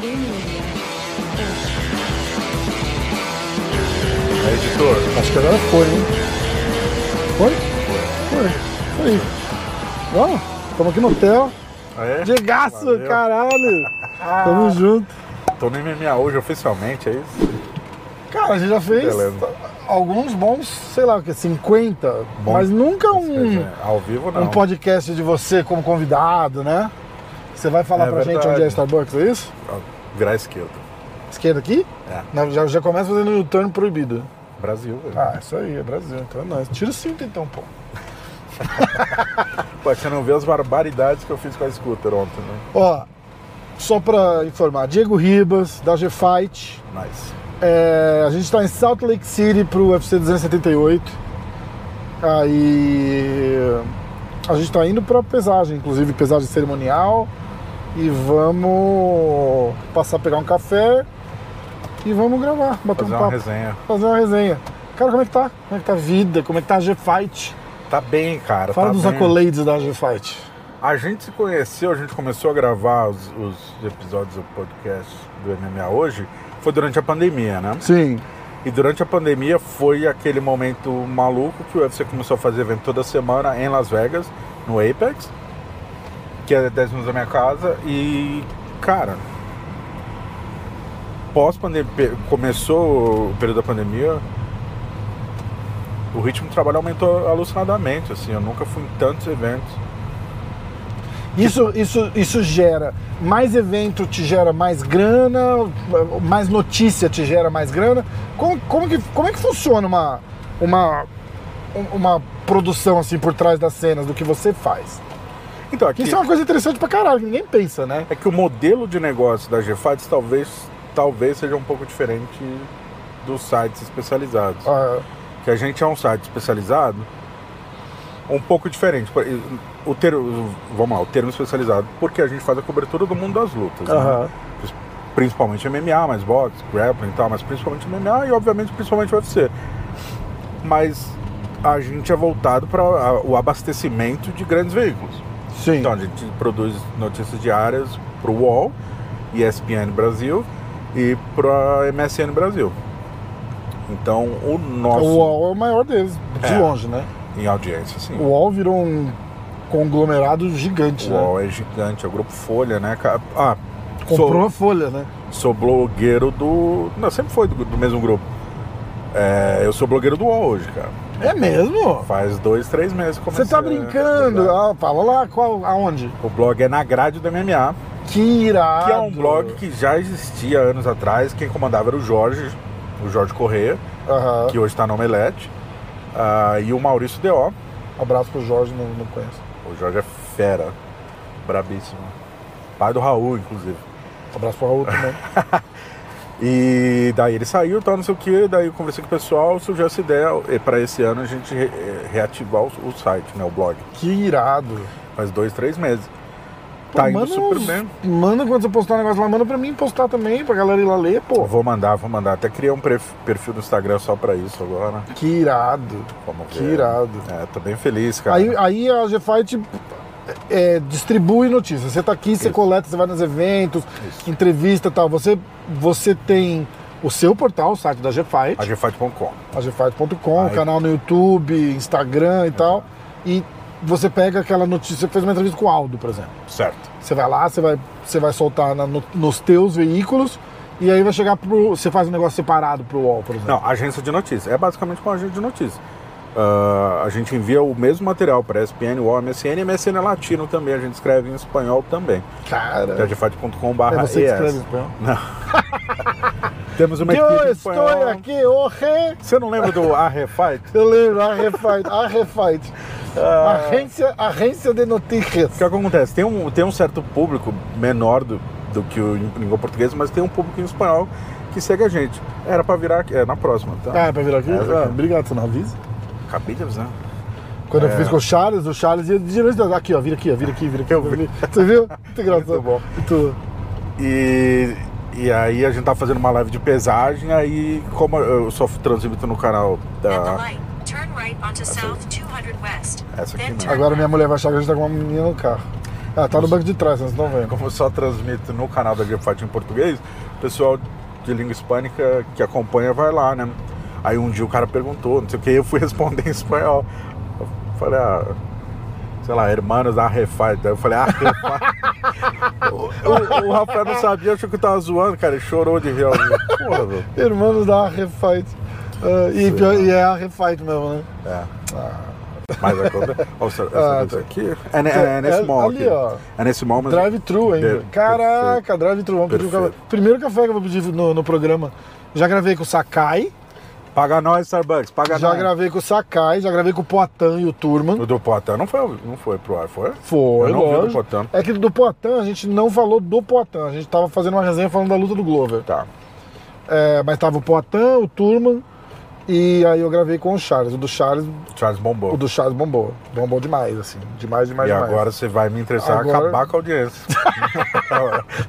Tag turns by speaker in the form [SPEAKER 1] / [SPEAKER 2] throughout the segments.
[SPEAKER 1] Aí, É, editor,
[SPEAKER 2] Acho que agora foi, hein? Foi? Foi. Foi. Aí. Ó, estamos aqui no hotel.
[SPEAKER 1] é?
[SPEAKER 2] Chegaço,
[SPEAKER 1] Valeu. Ah.
[SPEAKER 2] caralho. Tamo junto.
[SPEAKER 1] tô no MMA hoje oficialmente, é isso?
[SPEAKER 2] Cara, a gente já fez
[SPEAKER 1] Beleza.
[SPEAKER 2] alguns bons, sei lá o que, 50.
[SPEAKER 1] Bom,
[SPEAKER 2] mas nunca
[SPEAKER 1] Ou seja,
[SPEAKER 2] um,
[SPEAKER 1] Ao vivo não.
[SPEAKER 2] um podcast de você como convidado, né? Você vai falar
[SPEAKER 1] É
[SPEAKER 2] pra gente
[SPEAKER 1] verdade.
[SPEAKER 2] onde é a Starbucks, é isso?
[SPEAKER 1] Virar à esquerda.
[SPEAKER 2] Esquerda aqui?
[SPEAKER 1] É.
[SPEAKER 2] Não, já, já começa fazendo o turno proibido.
[SPEAKER 1] Brasil, velho.
[SPEAKER 2] Ah, isso aí, é Brasil. Então é nóis. Tira o cinto então, pô.
[SPEAKER 1] Pô, é você não vê as barbaridades que eu fiz com a scooter ontem, né?
[SPEAKER 2] Ó, só pra informar, Diego Ribas, da G-Fight.
[SPEAKER 1] Nice.
[SPEAKER 2] É, a gente tá em Salt Lake City pro UFC 278. Aí a gente tá indo pra pesagem, inclusive pesagem cerimonial. E vamos passar a pegar um café e vamos gravar,
[SPEAKER 1] Fazer
[SPEAKER 2] bater um
[SPEAKER 1] uma
[SPEAKER 2] papo,
[SPEAKER 1] resenha.
[SPEAKER 2] fazer uma resenha. Cara, como é que tá? Como é que tá a vida? Como é que tá a G-Fight?
[SPEAKER 1] Tá bem, cara.
[SPEAKER 2] Fala
[SPEAKER 1] tá
[SPEAKER 2] dos
[SPEAKER 1] bem.
[SPEAKER 2] accolades da G-Fight.
[SPEAKER 1] A gente se conheceu, a gente começou a gravar os, os episódios do podcast do MMA hoje, foi durante a pandemia, né?
[SPEAKER 2] Sim,
[SPEAKER 1] E durante a pandemia foi aquele momento maluco que o UFC começou a fazer evento toda semana em Las Vegas, no Apex, que é 10 minutos da minha casa. E, cara, pós-pandemia, começou o período da pandemia, o ritmo de trabalho aumentou alucinadamente, assim, eu nunca fui em tantos eventos.
[SPEAKER 2] Isso, isso, isso gera mais evento, te gera mais grana, mais notícia te gera mais grana. Como, como, que, como é que funciona uma, uma, um- uma produção assim por trás das cenas do que você faz?
[SPEAKER 1] Então, aqui...
[SPEAKER 2] Que isso é uma coisa interessante pra caralho, que ninguém pensa, né?
[SPEAKER 1] É que o modelo de negócio da GFATS talvez, talvez seja um pouco diferente dos sites especializados.
[SPEAKER 2] Ah,
[SPEAKER 1] Que a gente é um site especializado um pouco diferente. Por- O termo, vamos lá, o termo especializado, porque a gente faz a cobertura do mundo das lutas. né?
[SPEAKER 2] aham.
[SPEAKER 1] Principalmente MMA, mas boxe, grappling e tal, mas principalmente MMA e obviamente principalmente UFC. Mas a gente é voltado para a- o abastecimento de grandes veículos.
[SPEAKER 2] Sim.
[SPEAKER 1] Então, a gente produz notícias diárias para o UOL, ESPN Brasil e para MSN Brasil. Então, o nosso...
[SPEAKER 2] O UOL é o maior deles, de
[SPEAKER 1] É.
[SPEAKER 2] longe, né?
[SPEAKER 1] Em audiência, sim.
[SPEAKER 2] O UOL virou um conglomerado gigante,
[SPEAKER 1] O UOL é gigante, é o Grupo Folha, né? cara? Ah,
[SPEAKER 2] né?
[SPEAKER 1] sou-
[SPEAKER 2] Comprou a Folha, né?
[SPEAKER 1] Sou blogueiro do... Não, sempre foi do, do mesmo grupo. É, eu sou blogueiro do UOL hoje, cara.
[SPEAKER 2] É mesmo?
[SPEAKER 1] Faz dois, três meses que
[SPEAKER 2] Você
[SPEAKER 1] comecei
[SPEAKER 2] tá
[SPEAKER 1] a-
[SPEAKER 2] brincando? Ah, fala lá, qual, aonde?
[SPEAKER 1] O blog é na grade do MMA,
[SPEAKER 2] Que irado.
[SPEAKER 1] que é um blog que já existia anos atrás. Quem comandava era o Jorge, o Jorge Corrêa.
[SPEAKER 2] Aham.
[SPEAKER 1] que hoje está no Omelete, ah, e o Maurício D.O.
[SPEAKER 2] Abraço pro Jorge, não, não conheço.
[SPEAKER 1] O Jorge é fera, brabíssimo. Pai do Raul, inclusive.
[SPEAKER 2] Abraço pro Raul também.
[SPEAKER 1] E daí ele saiu, tal, não sei o que, daí eu conversei com o pessoal, surgiu essa ideia para esse ano a gente re- eh, reativar o, o site, né, o blog.
[SPEAKER 2] que irado.
[SPEAKER 1] Faz dois, três meses.
[SPEAKER 2] Pô,
[SPEAKER 1] Tá indo
[SPEAKER 2] manda
[SPEAKER 1] super
[SPEAKER 2] uns-
[SPEAKER 1] bem.
[SPEAKER 2] Manda quando você postar um negócio lá, manda pra mim postar também, pra galera ir lá ler, pô.
[SPEAKER 1] Vou mandar, vou mandar. Até criei um pref- perfil no Instagram só para isso agora.
[SPEAKER 2] Que irado.
[SPEAKER 1] Vamos ver.
[SPEAKER 2] Que irado.
[SPEAKER 1] É, tô bem feliz, cara.
[SPEAKER 2] Aí, aí a GFight é, distribui notícias. Você tá aqui, você
[SPEAKER 1] Isso.
[SPEAKER 2] coleta, você vai nos eventos,
[SPEAKER 1] Isso.
[SPEAKER 2] entrevista e tal. Você, você tem o seu portal, o site da GFight.
[SPEAKER 1] A GFight.com.
[SPEAKER 2] agfight.com,
[SPEAKER 1] Aí.
[SPEAKER 2] canal no YouTube, Instagram e tal. E você pega aquela notícia, você fez uma entrevista com o Aldo, por exemplo.
[SPEAKER 1] Certo.
[SPEAKER 2] Você vai lá, você vai, você vai soltar na- no- nos teus veículos e aí vai chegar pro. Você faz um negócio separado pro UOL, por exemplo.
[SPEAKER 1] Não, agência de notícias. É basicamente uma agência de notícias. Ah, a gente envia o mesmo material para ESPN, UOL, MSN, e MSN é latino também, a gente escreve em espanhol também.
[SPEAKER 2] Cara. É
[SPEAKER 1] Jadefat.com.br
[SPEAKER 2] você que escreve em espanhol.
[SPEAKER 1] Temos uma equipe
[SPEAKER 2] Eu
[SPEAKER 1] em
[SPEAKER 2] estou
[SPEAKER 1] espanhol.
[SPEAKER 2] aqui, o rei.
[SPEAKER 1] Você não lembra do Arrefight?
[SPEAKER 2] Eu lembro, a Refight, a Refight. Ah. Agência, agência de notícias.
[SPEAKER 1] O que acontece? Tem um, tem um certo público menor do, do que o em língua portuguesa, mas tem um público em espanhol que segue a gente. Era para virar... É, na próxima, tá?
[SPEAKER 2] Ah, é pra virar aqui?
[SPEAKER 1] É,
[SPEAKER 2] Ah,
[SPEAKER 1] aqui.
[SPEAKER 2] obrigado, você não avisa.
[SPEAKER 1] Acabei de avisar.
[SPEAKER 2] Quando eu
[SPEAKER 1] É.
[SPEAKER 2] fiz com o Charles, o Charles ia direto aqui, ó, vira aqui, ó, vira aqui, vira aqui.
[SPEAKER 1] Eu
[SPEAKER 2] vira
[SPEAKER 1] vi.
[SPEAKER 2] aqui. Você viu? Muito engraçado.
[SPEAKER 1] Muito bom.
[SPEAKER 2] Muito-
[SPEAKER 1] E, e aí a gente tá fazendo uma live de pesagem, aí como eu só transmito no canal
[SPEAKER 3] At the
[SPEAKER 1] da.
[SPEAKER 3] light, turn right onto South 200 West.
[SPEAKER 1] Essa aqui
[SPEAKER 3] Then
[SPEAKER 1] não.
[SPEAKER 3] turn
[SPEAKER 2] Agora minha mulher vai achar que a gente tá com uma menina no carro. Ah, tá no banco de trás, vocês não estão vendo.
[SPEAKER 1] Como eu só transmito no canal da Grifate em português, o pessoal de língua hispânica que acompanha vai lá, né? Aí um dia o cara perguntou, não sei o que, eu fui responder em espanhol. Eu falei, ah, sei lá, hermanos da Refaz. Daí eu falei, ah, Refaz. o, o- o Rafael não sabia, achou que eu tava zoando, cara, ele chorou de rir. Porra, velho.
[SPEAKER 2] Irmãos da Refight. Ah, e, pior- e é a Refight mesmo, né?
[SPEAKER 1] É. Mas acontece. Olha essa, essa
[SPEAKER 2] Ah,
[SPEAKER 1] luz
[SPEAKER 2] tá.
[SPEAKER 1] aqui. É, ne- é nesse
[SPEAKER 2] É
[SPEAKER 1] mall
[SPEAKER 2] ali,
[SPEAKER 1] aqui.
[SPEAKER 2] ó.
[SPEAKER 1] É nesse mall, mas.
[SPEAKER 2] Drive-thru ainda.
[SPEAKER 1] Per-
[SPEAKER 2] Caraca, drive-thru. Vamos pedir um
[SPEAKER 1] Perfeito.
[SPEAKER 2] café. Primeiro café que eu vou pedir no, no programa. Já gravei com o Sakai.
[SPEAKER 1] Paga nós, Starbucks, paga
[SPEAKER 2] Já
[SPEAKER 1] nós.
[SPEAKER 2] gravei com o Sakai, já gravei com o Poitin e o Turman.
[SPEAKER 1] O do Poitin não foi, não foi pro ar, foi?
[SPEAKER 2] Foi,
[SPEAKER 1] Eu não vi do
[SPEAKER 2] lógico.
[SPEAKER 1] Poitin.
[SPEAKER 2] É que do Poitin a gente não falou do Poitin, a gente tava fazendo uma resenha falando da luta do Glover.
[SPEAKER 1] Tá.
[SPEAKER 2] É, mas tava o Poitin, o Turman e aí eu gravei com o Charles. O do Charles,
[SPEAKER 1] Charles bombou.
[SPEAKER 2] o do Charles bombou. Bombou demais, assim. Demais, demais,
[SPEAKER 1] E
[SPEAKER 2] demais.
[SPEAKER 1] agora você vai me interessar
[SPEAKER 2] Agora-
[SPEAKER 1] a acabar com a audiência.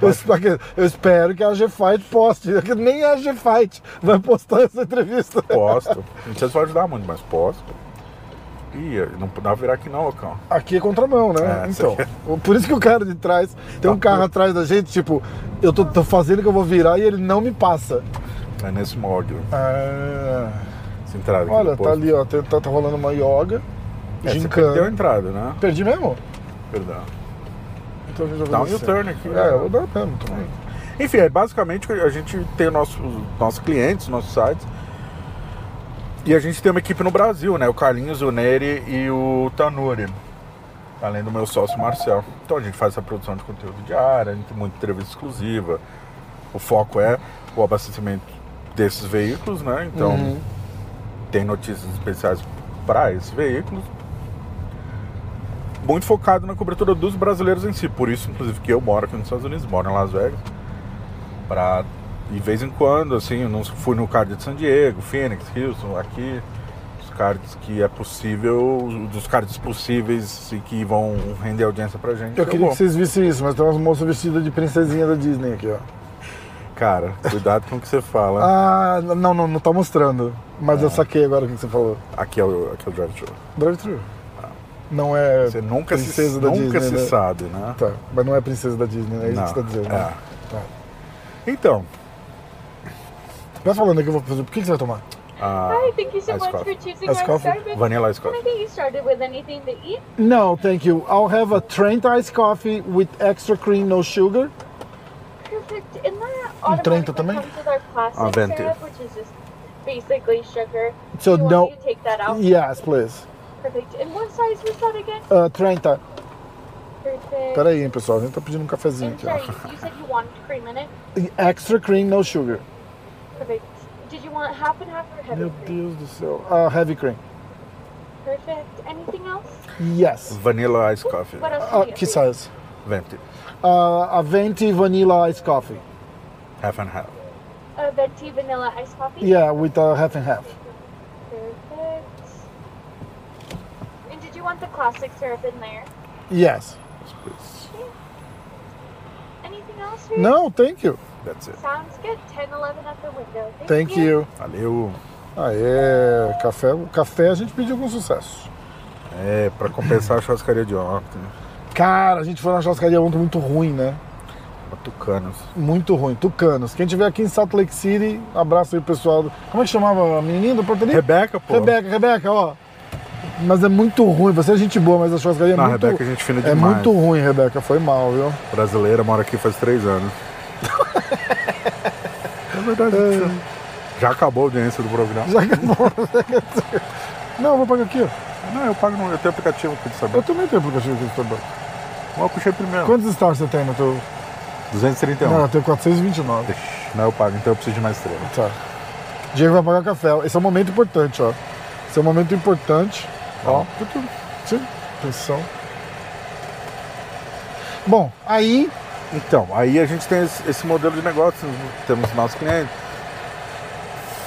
[SPEAKER 2] Eu, espe- eu espero que a G-Fight poste. que Nem a G-Fight vai postar essa entrevista.
[SPEAKER 1] Posto. Não sei se vai ajudar muito, mas posto. Ih, não dá pra virar aqui não, Lucão.
[SPEAKER 2] Aqui é contramão, né?
[SPEAKER 1] É, isso
[SPEAKER 2] então.
[SPEAKER 1] aqui
[SPEAKER 2] Por isso que o cara de trás. Tem um
[SPEAKER 1] Tá
[SPEAKER 2] carro
[SPEAKER 1] tudo.
[SPEAKER 2] atrás da gente, tipo, eu tô, tô fazendo que eu vou virar e ele não me passa.
[SPEAKER 1] É nesse molde.
[SPEAKER 2] Ah,
[SPEAKER 1] Essa entrada aqui
[SPEAKER 2] olha,
[SPEAKER 1] do
[SPEAKER 2] tá
[SPEAKER 1] posto.
[SPEAKER 2] ali, ó. Tá, tá- tá rolando uma yoga.
[SPEAKER 1] É, você perdeu a
[SPEAKER 2] gincana.
[SPEAKER 1] entrada, né?
[SPEAKER 2] Perdi mesmo?
[SPEAKER 1] Perdão.
[SPEAKER 2] Então, eu já vou
[SPEAKER 1] Dá um
[SPEAKER 2] descer.
[SPEAKER 1] U-turn aqui,
[SPEAKER 2] É,
[SPEAKER 1] né?
[SPEAKER 2] eu vou dar mesmo. tô bem.
[SPEAKER 1] Enfim, é basicamente a gente tem nossos, nossos clientes, nossos sites. E a gente tem uma equipe no Brasil, né? O Carlinhos, o Neri e o Tanuri. Além do meu sócio Marcel. Então a gente faz essa produção de conteúdo diária, a gente tem muita entrevista exclusiva. O foco é o abastecimento desses veículos, né? Então
[SPEAKER 2] Uhum.
[SPEAKER 1] tem notícias especiais para esses veículos. Muito focado na cobertura dos brasileiros em si, por isso, inclusive, que eu moro aqui nos Estados Unidos, moro em Las Vegas. Pra, de vez em quando, assim, eu não fui no card de San Diego, Phoenix, Houston, aqui. Os cards que é possível, dos cards possíveis e que vão render audiência pra gente.
[SPEAKER 2] Eu queria
[SPEAKER 1] vou.
[SPEAKER 2] que vocês vissem isso, mas tem umas moças vestidas de princesinha da Disney aqui, ó.
[SPEAKER 1] Cara, cuidado com o que você fala.
[SPEAKER 2] Ah, não, não, não tá mostrando. Mas eu saquei agora o que você falou.
[SPEAKER 1] Aqui é o, aqui é o Drive Show.
[SPEAKER 2] Drive-thru. Não é.
[SPEAKER 1] Você nunca se,
[SPEAKER 2] princesa da
[SPEAKER 1] nunca
[SPEAKER 2] Disney,
[SPEAKER 1] se
[SPEAKER 2] né?
[SPEAKER 1] sabe, né?
[SPEAKER 2] Tá, mas não é princesa da Disney, né? É isso que você tá dizendo.
[SPEAKER 1] é.
[SPEAKER 2] né? Tá.
[SPEAKER 1] Então, é.
[SPEAKER 2] Vai falando aí que eu vou fazer. Por que, que você vai tomar?
[SPEAKER 1] a
[SPEAKER 3] Hi, thank you so
[SPEAKER 1] Ice
[SPEAKER 3] much
[SPEAKER 1] coffee.
[SPEAKER 3] for choosing
[SPEAKER 2] Ice
[SPEAKER 3] our
[SPEAKER 2] coffee?
[SPEAKER 3] Starbucks.
[SPEAKER 1] Vanilla Ice
[SPEAKER 3] Can
[SPEAKER 1] Coffee.
[SPEAKER 3] I get you started with anything to eat?
[SPEAKER 2] No, thank you. I'll have a Trent iced coffee with extra cream, no sugar.
[SPEAKER 3] Perfect. And that
[SPEAKER 2] Um Trento
[SPEAKER 3] automatically
[SPEAKER 2] também?
[SPEAKER 3] comes with our classic
[SPEAKER 1] Ah, venti.
[SPEAKER 3] syrup, which is just basically sugar.
[SPEAKER 2] So
[SPEAKER 3] Do you
[SPEAKER 2] no-
[SPEAKER 3] want me to take that out?
[SPEAKER 2] Yes, please.
[SPEAKER 3] Perfect. And what size was that again?
[SPEAKER 2] Uh, Trenta.
[SPEAKER 3] Perfect.
[SPEAKER 2] Pera aí, hein, pessoal. A gente tá pedindo um cafezinho
[SPEAKER 3] And
[SPEAKER 2] aqui, ó.
[SPEAKER 3] sorry, you said you wanted cream in it.
[SPEAKER 2] Extra cream, no sugar.
[SPEAKER 3] Perfect. Did you want half and half or heavy
[SPEAKER 2] Meu
[SPEAKER 3] cream?
[SPEAKER 2] Deus do céu. Uh, heavy cream.
[SPEAKER 3] Perfect. Anything else?
[SPEAKER 2] Yes.
[SPEAKER 1] Vanilla Ice Coffee.
[SPEAKER 3] What else? do
[SPEAKER 2] Uh,
[SPEAKER 3] you need?
[SPEAKER 2] que size?
[SPEAKER 1] Venti.
[SPEAKER 2] Uh, a venti vanilla iced coffee.
[SPEAKER 1] Half and half.
[SPEAKER 3] A venti vanilla iced coffee.
[SPEAKER 2] Yeah, with uh, half and half.
[SPEAKER 3] Perfect. And did you want the classic syrup in there?
[SPEAKER 2] Yes.
[SPEAKER 1] Please.
[SPEAKER 3] Anything else? for you?
[SPEAKER 2] No, thank you.
[SPEAKER 1] That's it.
[SPEAKER 3] Sounds good. 10, 11 at the window. Thank,
[SPEAKER 2] Thank you.
[SPEAKER 1] Valeu.
[SPEAKER 2] Aê, café, o café a gente pediu com sucesso.
[SPEAKER 1] É, pra compensar a churrascaria de ontem.
[SPEAKER 2] Cara, a gente foi na churrascaria ontem muito ruim, né?
[SPEAKER 1] Batucanos.
[SPEAKER 2] Muito ruim. Tucanos. Quem tiver aqui em Salt Lake City, abraço aí o pessoal. do- Como é que chamava a menininha do portaria?
[SPEAKER 1] Rebeca, pô.
[SPEAKER 2] Rebeca, Rebeca, ó. Mas é muito ruim. Você é gente boa, mas a churrascaria é
[SPEAKER 1] Não,
[SPEAKER 2] muito...
[SPEAKER 1] Rebeca é gente fina
[SPEAKER 2] é
[SPEAKER 1] demais.
[SPEAKER 2] muito ruim, Rebeca. Foi mal, viu?
[SPEAKER 1] Brasileira, mora aqui faz três anos. é verdade. É. Já acabou a audiência do programa.
[SPEAKER 2] Já acabou. Não, eu vou pagar aqui, ó.
[SPEAKER 1] Não, eu pago no. Eu tenho aplicativo aqui de
[SPEAKER 2] Eu
[SPEAKER 1] saber.
[SPEAKER 2] também tenho aplicativo aqui do Starbucks.
[SPEAKER 1] Tá. Eu puxei primeiro.
[SPEAKER 2] Quantos stars você tem no teu...
[SPEAKER 1] 231.
[SPEAKER 2] Não, eu tenho 429.
[SPEAKER 1] Ixi, Não, eu pago, então eu preciso de mais três.
[SPEAKER 2] Tá. Diego vai pagar café. Esse é um momento importante, ó. Esse é um momento importante. Ó. Sim, atenção. Bom, aí.
[SPEAKER 1] Então, aí a gente tem esse, esse modelo de negócio, temos nossos clientes.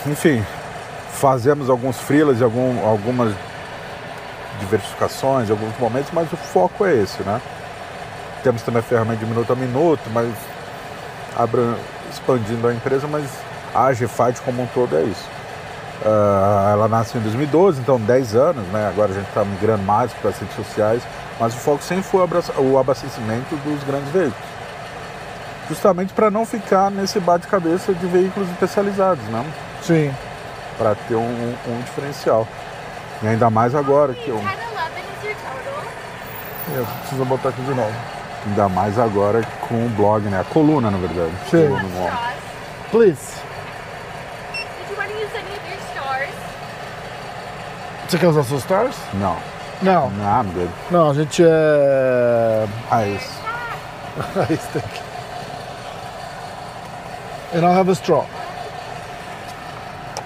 [SPEAKER 1] Enfim, fazemos alguns freelas e algum- algumas diversificações em alguns momentos, mas o foco é esse, né? Temos também a ferramenta de minuto a minuto, mas abra- expandindo a empresa, mas a GFAD como um todo é isso. Ah, ela nasceu em 2012, então 10 anos, né? Agora a gente está migrando mais para as redes sociais, mas o foco sempre foi o abrace- o abastecimento dos grandes veículos. Justamente para não ficar nesse bate-cabeça de veículos especializados, né?
[SPEAKER 2] Sim.
[SPEAKER 1] Para ter um, um- um diferencial. E ainda mais agora que eu,
[SPEAKER 3] 1011 is your total.
[SPEAKER 2] Eu preciso botar aqui de novo.
[SPEAKER 1] ainda mais agora com o blog, né? A coluna, na verdade.
[SPEAKER 2] Sim.
[SPEAKER 1] Coluna no blog.
[SPEAKER 3] Straws.
[SPEAKER 2] Please.
[SPEAKER 3] Did you want to use any of your stars?
[SPEAKER 2] Você quer usar seus stars?
[SPEAKER 1] Não,
[SPEAKER 2] Não.
[SPEAKER 1] não, I'm good.
[SPEAKER 2] Não, a gente é.
[SPEAKER 1] Ah, isso.
[SPEAKER 2] I think. And I have a straw.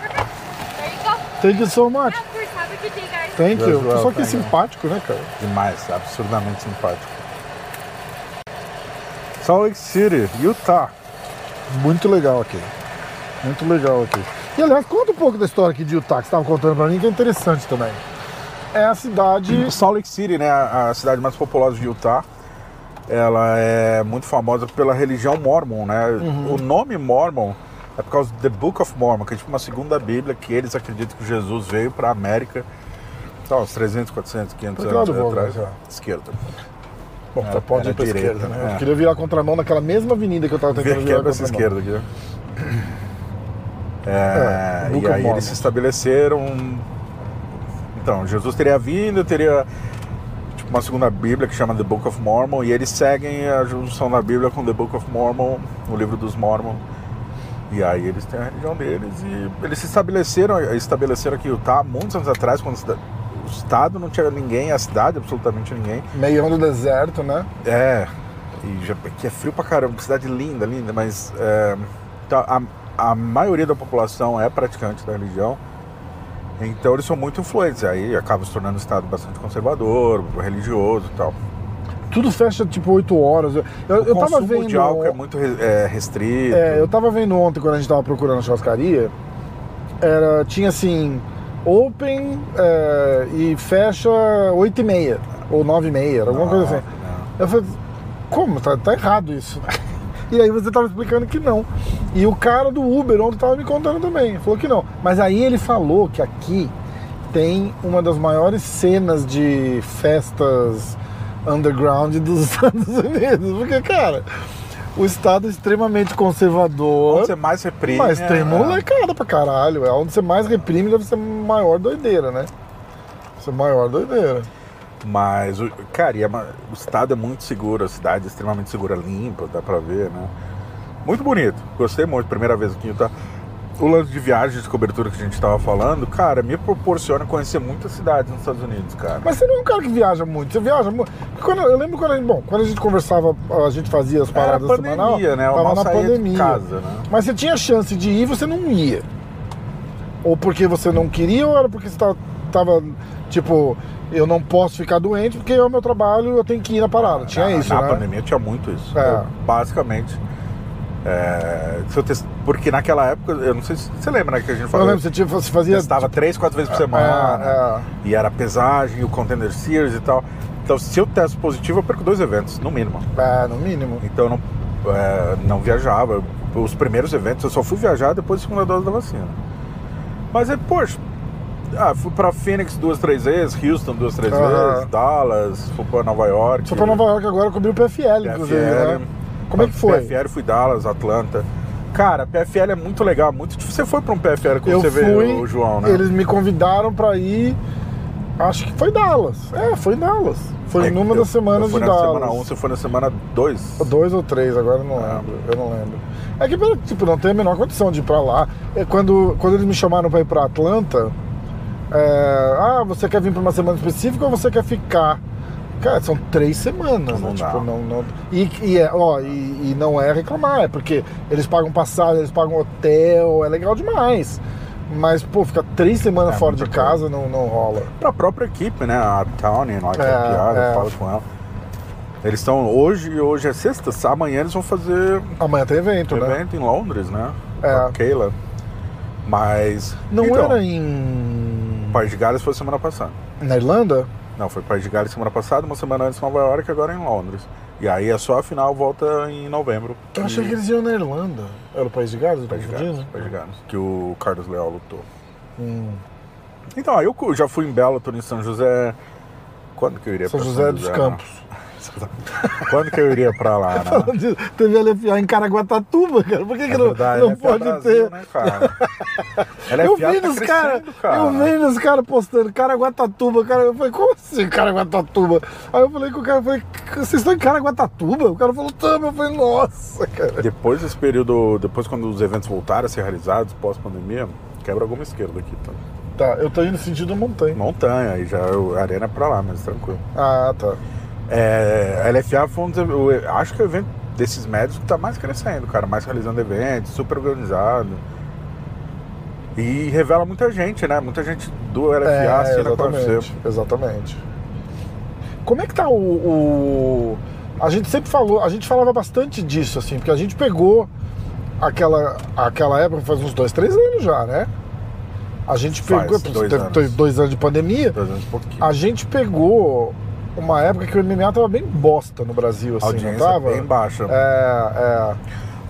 [SPEAKER 3] Perfect. There you go.
[SPEAKER 2] Thank you so much.
[SPEAKER 3] Yeah, of course. Have a good day, guys.
[SPEAKER 2] Thank you.
[SPEAKER 1] As well,
[SPEAKER 2] Só que é
[SPEAKER 1] thank you.
[SPEAKER 2] simpático, né, cara?
[SPEAKER 1] Demais, absurdamente simpático. Salt Lake City, Utah.
[SPEAKER 2] Muito legal aqui. Muito legal aqui. E aliás, conta um pouco da história aqui de Utah que você estava contando pra mim, que é interessante também. É a cidade.
[SPEAKER 1] Salt Lake City, né, a a cidade mais populosa de Utah, ela é muito famosa pela religião Mormon, né?
[SPEAKER 2] Uhum.
[SPEAKER 1] O nome Mormon é por causa do The Book of Mormon, que é tipo uma segunda Bíblia que eles acreditam que Jesus veio para a América, sei lá, uns 300, 400, 500
[SPEAKER 2] Pra que lado
[SPEAKER 1] anos
[SPEAKER 2] vamos,
[SPEAKER 1] atrás.
[SPEAKER 2] já?
[SPEAKER 1] Esquerda.
[SPEAKER 2] Bom,
[SPEAKER 1] É,
[SPEAKER 2] tá, pode
[SPEAKER 1] era
[SPEAKER 2] ir pra
[SPEAKER 1] direita,
[SPEAKER 2] esquerda, né?
[SPEAKER 1] é.
[SPEAKER 2] Eu queria virar contramão naquela mesma avenida que eu tava
[SPEAKER 1] Vê
[SPEAKER 2] tentando
[SPEAKER 1] que é
[SPEAKER 2] virar
[SPEAKER 1] pra essa
[SPEAKER 2] contramão.
[SPEAKER 1] esquerda aqui. ó. É,
[SPEAKER 2] É,
[SPEAKER 1] e
[SPEAKER 2] Book of
[SPEAKER 1] aí
[SPEAKER 2] Mormon.
[SPEAKER 1] eles se estabeleceram. Então, Jesus teria vindo, teria tipo, uma segunda Bíblia que chama The Book of Mormon, e eles seguem a junção da Bíblia com The Book of Mormon, o livro dos Mormon. E aí eles têm a religião deles e eles se estabeleceram, estabeleceram aqui em Utah muitos anos atrás, quando cida- o estado não tinha ninguém, a cidade absolutamente ninguém.
[SPEAKER 2] Meião do deserto, né?
[SPEAKER 1] É, e já, aqui é frio pra caramba, cidade linda, linda, mas é, tá, a, a maioria da população é praticante da religião, então eles são muito influentes, aí acaba se tornando um estado bastante conservador, religioso e tal.
[SPEAKER 2] Tudo fecha tipo 8 horas. Eu, eu,
[SPEAKER 1] O
[SPEAKER 2] eu tava
[SPEAKER 1] consumo
[SPEAKER 2] vendo.
[SPEAKER 1] de álcool é muito re- é, restrito,
[SPEAKER 2] É, eu tava vendo ontem quando a gente tava procurando a churrascaria, era, tinha assim, open é, e fecha 8 e meia, ou 9 e meia, alguma
[SPEAKER 1] Ah.
[SPEAKER 2] coisa assim.
[SPEAKER 1] não.
[SPEAKER 2] Eu falei, como? Tá, tá errado isso. né? E aí você tava explicando que não. E o cara do Uber ontem tava me contando também, falou que não. Mas aí ele falou que aqui tem uma das maiores cenas de festas underground dos Estados Unidos. Porque, cara, o estado é extremamente conservador.
[SPEAKER 1] Onde então você mais reprime...
[SPEAKER 2] Mas tem
[SPEAKER 1] é-
[SPEAKER 2] molecada pra caralho. É onde você mais reprime, deve ser maior doideira, né? Deve ser maior doideira.
[SPEAKER 1] Mas, o- cara, e é uma- o estado é muito seguro, a cidade é extremamente segura, limpa, dá pra ver, né? Muito bonito, gostei muito, primeira vez aqui em Utah. O lance de viagens de cobertura que a gente tava falando, cara, me proporciona conhecer muitas cidades nos Estados Unidos, cara.
[SPEAKER 2] Mas você não é um cara que viaja muito, você viaja muito. Porque quando- eu lembro quando a gente, bom, quando a gente conversava, a gente fazia as
[SPEAKER 1] Era a
[SPEAKER 2] paradas
[SPEAKER 1] pandemia,
[SPEAKER 2] semanal,
[SPEAKER 1] né? Eu
[SPEAKER 2] tava
[SPEAKER 1] mal
[SPEAKER 2] na
[SPEAKER 1] saía
[SPEAKER 2] pandemia.
[SPEAKER 1] de casa, né?
[SPEAKER 2] Mas você tinha chance de ir, você não ia. Ou porque você não queria, ou era porque você tava, tava, tipo, eu não posso ficar doente porque é o meu trabalho, eu tenho que ir na parada. Tinha
[SPEAKER 1] na,
[SPEAKER 2] isso,
[SPEAKER 1] na
[SPEAKER 2] né?
[SPEAKER 1] pandemia tinha muito isso.
[SPEAKER 2] É.
[SPEAKER 1] Eu, basicamente. é, se eu test- Porque naquela época, eu não sei se você lembra, né, que a gente
[SPEAKER 2] Eu
[SPEAKER 1] falou.
[SPEAKER 2] lembro, você, tinha, você fazia.
[SPEAKER 1] Testava três, quatro vezes por semana.
[SPEAKER 2] é,
[SPEAKER 1] e era pesagem, o Contender Series e tal. Então, se eu testo positivo, eu perco dois eventos, no mínimo.
[SPEAKER 2] é, é, no mínimo.
[SPEAKER 1] Então, eu não, é, não viajava. Os primeiros eventos, eu só fui viajar depois da segunda dose da vacina. Mas é, poxa, ah, fui pra Phoenix duas, três vezes, Houston duas, três
[SPEAKER 2] Aham.
[SPEAKER 1] vezes, Dallas, fui pra Nova York.
[SPEAKER 2] Só pra Nova York agora cobrir o PFL, inclusive,
[SPEAKER 1] PFL.
[SPEAKER 2] né? Como é que foi?
[SPEAKER 1] PFL, fui Dallas, Atlanta. Cara, PFL é muito legal, muito difícil. Você foi pra um PFL quando
[SPEAKER 2] Eu
[SPEAKER 1] você
[SPEAKER 2] fui,
[SPEAKER 1] veio, o João, né?
[SPEAKER 2] eles me convidaram pra ir. Acho que foi Dallas. É, foi em Dallas. Foi
[SPEAKER 1] É,
[SPEAKER 2] numa
[SPEAKER 1] eu-
[SPEAKER 2] das semanas
[SPEAKER 1] eu fui
[SPEAKER 2] de
[SPEAKER 1] na
[SPEAKER 2] Dallas.
[SPEAKER 1] semana 1, você foi na semana 2.
[SPEAKER 2] Ou Dois ou três, agora eu não
[SPEAKER 1] É.
[SPEAKER 2] lembro. Eu não lembro. É que, pelo- tipo, não tem a menor condição de ir pra lá. É, quando, quando eles me chamaram pra ir pra Atlanta, é, ah, você quer vir pra uma semana específica ou você quer ficar? Cara, são três semanas,
[SPEAKER 1] Não
[SPEAKER 2] né?
[SPEAKER 1] dá.
[SPEAKER 2] Tipo, não, não... E, e é, ó, e, e não é reclamar, é porque eles pagam passagem, eles pagam hotel, é legal demais. Mas, pô, ficar três semanas
[SPEAKER 1] É,
[SPEAKER 2] fora de
[SPEAKER 1] muita coisa.
[SPEAKER 2] casa não, não rola.
[SPEAKER 1] para a própria equipe, né? A Tawny, lá que é,
[SPEAKER 2] É,
[SPEAKER 1] piada,
[SPEAKER 2] é.
[SPEAKER 1] eu falo com ela. Eles estão hoje, hoje é sexta, sa- amanhã eles vão fazer um
[SPEAKER 2] Amanhã tem evento, né?
[SPEAKER 1] evento em Londres, né?
[SPEAKER 2] É.
[SPEAKER 1] Com a Keila. Mas.
[SPEAKER 2] Não
[SPEAKER 1] então,
[SPEAKER 2] era em.
[SPEAKER 1] País de Gales foi semana passada.
[SPEAKER 2] Na Irlanda?
[SPEAKER 1] Não, foi País de Gales semana passada, uma semana antes em Nova York, agora é em Londres. E aí é só a final, volta em novembro.
[SPEAKER 2] Eu achei que eles iam na Irlanda. Era o País de né? Gales? eu tô
[SPEAKER 1] País de Gales,
[SPEAKER 2] confundindo?
[SPEAKER 1] País de Gales, que o Carlos Leal lutou.
[SPEAKER 2] Em
[SPEAKER 1] Então, aí eu cu- já fui em Belo, tô em São José. Quando que eu iria
[SPEAKER 2] São
[SPEAKER 1] pra
[SPEAKER 2] José dos
[SPEAKER 1] né?
[SPEAKER 2] Campos.
[SPEAKER 1] Quando que eu iria pra lá, né?
[SPEAKER 2] Teve LFA em Caraguatatuba, cara. Por que, que
[SPEAKER 1] É
[SPEAKER 2] não,
[SPEAKER 1] verdade,
[SPEAKER 2] não
[SPEAKER 1] LFA
[SPEAKER 2] pode
[SPEAKER 1] Brasil,
[SPEAKER 2] ter?
[SPEAKER 1] né, cara? LFA
[SPEAKER 2] eu
[SPEAKER 1] tá
[SPEAKER 2] vi nos
[SPEAKER 1] crescendo,
[SPEAKER 2] caras, eu vi nos caras postando Caraguatatuba, cara, eu falei, como assim Caraguatatuba? Aí eu falei com o cara, eu falei, vocês estão em Caraguatatuba? O cara falou, tamo, eu falei, nossa, cara.
[SPEAKER 1] Depois desse período, depois quando os eventos voltaram a ser realizados, pós-pandemia, quebra alguma esquerda aqui, tá?
[SPEAKER 2] Tá, eu tô indo no sentido da montanha.
[SPEAKER 1] Montanha, aí já eu- a arena é pra lá, mas tranquilo.
[SPEAKER 2] Ah, tá.
[SPEAKER 1] É, a LFA foi um dos, eu acho que é o evento desses médios que tá mais crescendo, cara, mais realizando eventos, super organizado. E revela muita gente, né? Muita gente do LFA assina com o UFC.
[SPEAKER 2] É, exatamente, exatamente. Como é que tá o, o- A gente sempre falou, a gente falava bastante disso, assim, porque a gente pegou aquela, aquela época, faz uns dois, três anos já, né? A gente
[SPEAKER 1] Faz
[SPEAKER 2] pegou.
[SPEAKER 1] dois
[SPEAKER 2] teve-
[SPEAKER 1] anos.
[SPEAKER 2] teve dois anos de pandemia.
[SPEAKER 1] Pelo menos um pouquinho.
[SPEAKER 2] A gente pegou uma época que o MMA tava bem bosta no
[SPEAKER 1] A
[SPEAKER 2] Brasil, assim, não
[SPEAKER 1] audiência
[SPEAKER 2] tava?
[SPEAKER 1] bem baixa.
[SPEAKER 2] É,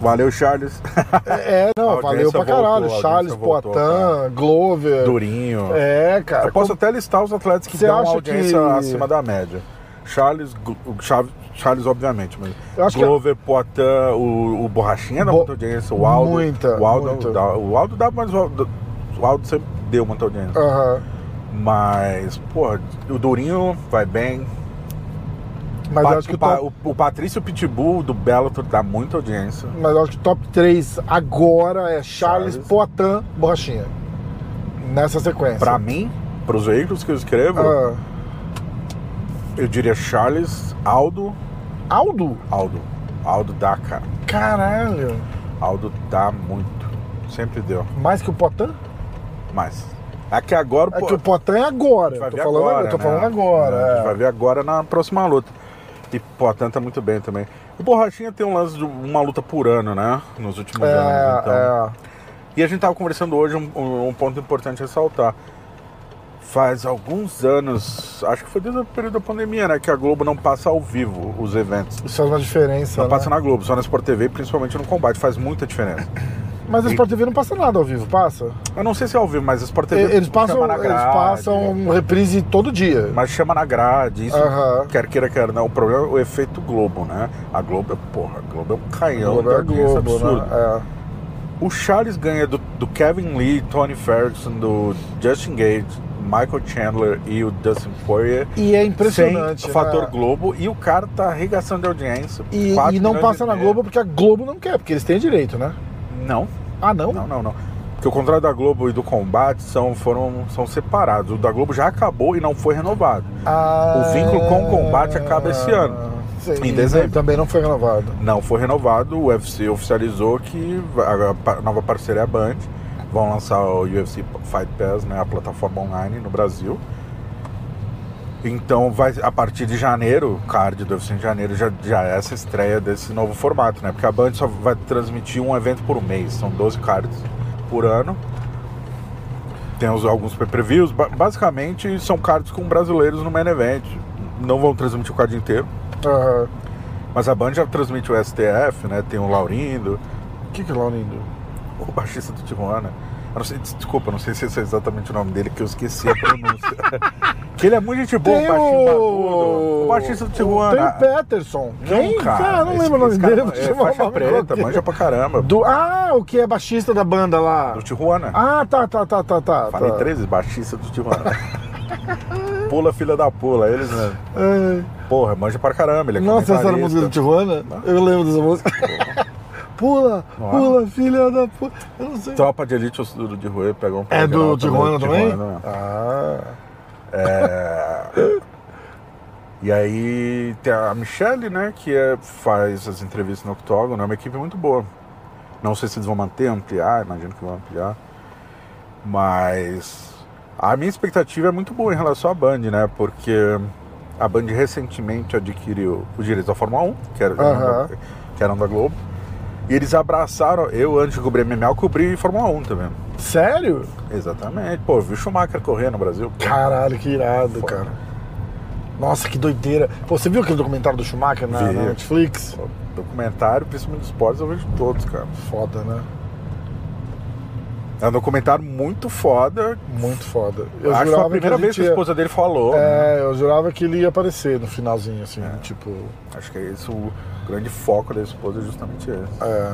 [SPEAKER 1] Valeu, Charles.
[SPEAKER 2] é. É,
[SPEAKER 1] A
[SPEAKER 2] não,
[SPEAKER 1] audiência
[SPEAKER 2] valeu pra
[SPEAKER 1] voltou, a
[SPEAKER 2] caralho.
[SPEAKER 1] audiência
[SPEAKER 2] Charles,
[SPEAKER 1] voltou,
[SPEAKER 2] Poitin, Glover.
[SPEAKER 1] Durinho.
[SPEAKER 2] É, cara.
[SPEAKER 1] Eu posso até listar os atletas que
[SPEAKER 2] Você
[SPEAKER 1] dão
[SPEAKER 2] acha
[SPEAKER 1] audiência
[SPEAKER 2] que-
[SPEAKER 1] acima da média. Charles, Glo- o Chaves, Charles obviamente, mas
[SPEAKER 2] Eu acho que-
[SPEAKER 1] Glover, Poitin, o, o Borrachinha dá
[SPEAKER 2] Bo-
[SPEAKER 1] muita audiência, o Aldo.
[SPEAKER 2] Muita,
[SPEAKER 1] o Aldo,
[SPEAKER 2] muita.
[SPEAKER 1] Dá, o Aldo dá, mas o Aldo, o Aldo sempre deu muita audiência.
[SPEAKER 2] Aham.
[SPEAKER 1] Mas, pô, o Durinho vai bem.
[SPEAKER 2] Mas
[SPEAKER 1] Pa-
[SPEAKER 2] eu acho que
[SPEAKER 1] o,
[SPEAKER 2] o
[SPEAKER 1] Pa-
[SPEAKER 2] top,
[SPEAKER 1] o- o Patrício Pitbull do Bellator dá muita audiência.
[SPEAKER 2] mas eu acho que o top 3 agora é Charles,
[SPEAKER 1] Charles.
[SPEAKER 2] Poitin, Borrachinha. Nessa sequência.
[SPEAKER 1] Pra mim, pros veículos que eu escrevo,
[SPEAKER 2] Ah,
[SPEAKER 1] eu diria Charles, Aldo,
[SPEAKER 2] Aldo?
[SPEAKER 1] Aldo. Aldo dá, cara.
[SPEAKER 2] Caralho.
[SPEAKER 1] Aldo dá muito. Sempre deu.
[SPEAKER 2] Mais que o Poitin?
[SPEAKER 1] Mas. É que agora
[SPEAKER 2] É
[SPEAKER 1] pô,
[SPEAKER 2] que o Poitin é
[SPEAKER 1] a
[SPEAKER 2] agora.
[SPEAKER 1] gente vai
[SPEAKER 2] Eu tô
[SPEAKER 1] ver
[SPEAKER 2] falando agora. Eu tô
[SPEAKER 1] né?
[SPEAKER 2] falando
[SPEAKER 1] É, A gente vai
[SPEAKER 2] agora.
[SPEAKER 1] ver agora na próxima luta. E Poitin tá muito bem também. O Borrachinha tem um lance de uma luta por ano, né? Nos últimos
[SPEAKER 2] É,
[SPEAKER 1] anos. Então.
[SPEAKER 2] é.
[SPEAKER 1] E a gente tava conversando hoje um- um, um ponto importante ressaltar. Faz alguns anos, acho que foi desde o período da pandemia, né? Que a Globo não passa ao vivo os eventos.
[SPEAKER 2] Isso faz uma diferença,
[SPEAKER 1] Não
[SPEAKER 2] né?
[SPEAKER 1] passa na Globo, só na Sport TV, principalmente no combate. Faz muita diferença.
[SPEAKER 2] Mas a Sport TV não passa nada ao vivo, passa?
[SPEAKER 1] Eu não sei se é ao vivo, mas a Sport TV
[SPEAKER 2] eles passam,
[SPEAKER 1] chama na
[SPEAKER 2] eles
[SPEAKER 1] grade, né?
[SPEAKER 2] passam Ah. um reprise todo dia.
[SPEAKER 1] Mas chama na grade, isso
[SPEAKER 2] Aham.
[SPEAKER 1] quer queira, quer não. O problema é o efeito Globo, né? A Globo, é- porra, a Globo é um canhão
[SPEAKER 2] Globo
[SPEAKER 1] da
[SPEAKER 2] é
[SPEAKER 1] audiência
[SPEAKER 2] Globo, né?
[SPEAKER 1] absurdo. O Charles ganha do, do Kevin Lee, Tony Ferguson, do Justin Gates, Michael Chandler e o Dustin Poirier.
[SPEAKER 2] É. E é
[SPEAKER 1] Sem
[SPEAKER 2] impressionante.
[SPEAKER 1] o fator
[SPEAKER 2] né?
[SPEAKER 1] Globo e o cara tá arregaçando de audiência.
[SPEAKER 2] E,
[SPEAKER 1] quatro
[SPEAKER 2] e não
[SPEAKER 1] milhões
[SPEAKER 2] passa
[SPEAKER 1] e
[SPEAKER 2] na
[SPEAKER 1] meio.
[SPEAKER 2] Globo porque a Globo não quer, porque eles têm direito, né?
[SPEAKER 1] Não,
[SPEAKER 2] Ah, não?
[SPEAKER 1] não, não, não. Porque o contrato da Globo e do Combate são, foram, são separados. O da Globo já acabou e não foi renovado.
[SPEAKER 2] Ah,
[SPEAKER 1] O vínculo com o combate acaba esse ano.
[SPEAKER 2] Sim,
[SPEAKER 1] Em dezembro.
[SPEAKER 2] Também não foi renovado.
[SPEAKER 1] Não foi renovado, o UFC oficializou que a a pa- nova parceria é a Band. Vão lançar o UFC Fight Pass, né, a plataforma online no Brasil. Então, vai, a partir de janeiro, o card do UFC em janeiro já, já é essa estreia desse novo formato, né? Porque a Band só vai transmitir um evento por mês, são 12 cards por ano. Tem os- alguns pay-per-views, ba- basicamente são cards com brasileiros no main event. Não vão transmitir o card inteiro.
[SPEAKER 2] Aham.
[SPEAKER 1] Mas a Band já transmite o STF, né? Tem o Laurindo,
[SPEAKER 2] O que que é Laurindo?
[SPEAKER 1] o baixista do Tijuana. Eu não sei, des- desculpa, eu não sei se esse é exatamente o nome dele, que eu esqueci a pronúncia. que ele é muito gente boa, o baixinho barbudo. O baixista do
[SPEAKER 2] Tem
[SPEAKER 1] Tijuana.
[SPEAKER 2] o Peterson.
[SPEAKER 1] Não, cara.
[SPEAKER 2] Ah, não
[SPEAKER 1] esse-
[SPEAKER 2] lembro o nome
[SPEAKER 1] esse cara
[SPEAKER 2] dele. vou
[SPEAKER 1] É
[SPEAKER 2] chamar o
[SPEAKER 1] faixa
[SPEAKER 2] nome
[SPEAKER 1] preta,
[SPEAKER 2] qualquer.
[SPEAKER 1] manja pra caramba. Do,
[SPEAKER 2] um Do, ah, o que é baixista da banda lá?
[SPEAKER 1] Tijuana.
[SPEAKER 2] Ah, tá, tá, tá, tá, tá.
[SPEAKER 1] Falei
[SPEAKER 2] tá.
[SPEAKER 1] três vezes, baixista do Tijuana. pula, filha da pula, eles, né?
[SPEAKER 2] Ai.
[SPEAKER 1] Porra, manja pra caramba, ele é
[SPEAKER 2] É. Nossa, essa era a música do
[SPEAKER 1] comentarista.
[SPEAKER 2] Tijuana? Eu lembro dessa música. Pula,
[SPEAKER 1] Não é? Então,
[SPEAKER 2] pula, filha da puta. Eu não sei.
[SPEAKER 1] Tropa de elite os- do Tijuana, pegou um
[SPEAKER 2] É do
[SPEAKER 1] grau
[SPEAKER 2] Tijuana também?
[SPEAKER 1] Tijuana, é.
[SPEAKER 2] Ah.
[SPEAKER 1] E aí tem a Michelle, né, que é- faz as entrevistas no Octógono, é uma equipe muito boa. Não sei se eles vão manter, ampliar, imagino que vão ampliar. Mas a minha expectativa é muito boa em relação à Band, né, porque a Band recentemente adquiriu os direitos da Fórmula 1, que era-
[SPEAKER 2] Aham.
[SPEAKER 1] que eram da Globo. E eles abraçaram, eu antes de cobrir MMA, eu cobri Fórmula 1 também.
[SPEAKER 2] Sério?
[SPEAKER 1] Exatamente. Pô, eu vi o Schumacher correr no Brasil.
[SPEAKER 2] Caralho, que irado,
[SPEAKER 1] Foda.
[SPEAKER 2] cara. Nossa, que doideira. Pô, você viu aquele documentário do Schumacher na,
[SPEAKER 1] Vi.
[SPEAKER 2] na Netflix?
[SPEAKER 1] Então, né? Documentário, principalmente de esportes, eu vejo todos, cara.
[SPEAKER 2] Foda, né?
[SPEAKER 1] É um documentário muito foda.
[SPEAKER 2] Muito foda.
[SPEAKER 1] Eu Acho que foi a primeira
[SPEAKER 2] ele
[SPEAKER 1] vez que a
[SPEAKER 2] tinha-
[SPEAKER 1] esposa dele falou. né? É.
[SPEAKER 2] É, eu jurava que ele ia aparecer no finalzinho, assim, tipo.
[SPEAKER 1] Acho que é isso o grande foco da esposa é justamente esse.
[SPEAKER 2] É,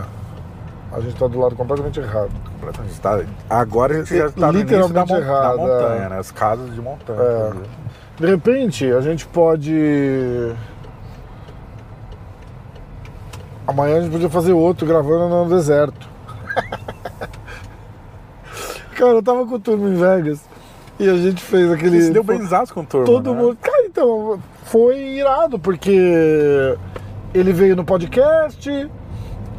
[SPEAKER 2] a gente tá do lado completamente errado.
[SPEAKER 1] Completamente. Tá- agora a gente já está no início da,
[SPEAKER 2] Literalmente
[SPEAKER 1] mon- da
[SPEAKER 2] errado,
[SPEAKER 1] montanha,
[SPEAKER 2] é.
[SPEAKER 1] né? As casas de montanha.
[SPEAKER 2] É.
[SPEAKER 1] quer dizer.
[SPEAKER 2] De repente, a gente pode. Amanhã a gente podia fazer outro gravando no deserto. Cara, eu tava com o turno em Vegas e a gente fez aquele.
[SPEAKER 1] Ele se deu benzaço com o turma,
[SPEAKER 2] Todo
[SPEAKER 1] né?
[SPEAKER 2] mundo. Cara, então, foi irado, porque ele veio no podcast.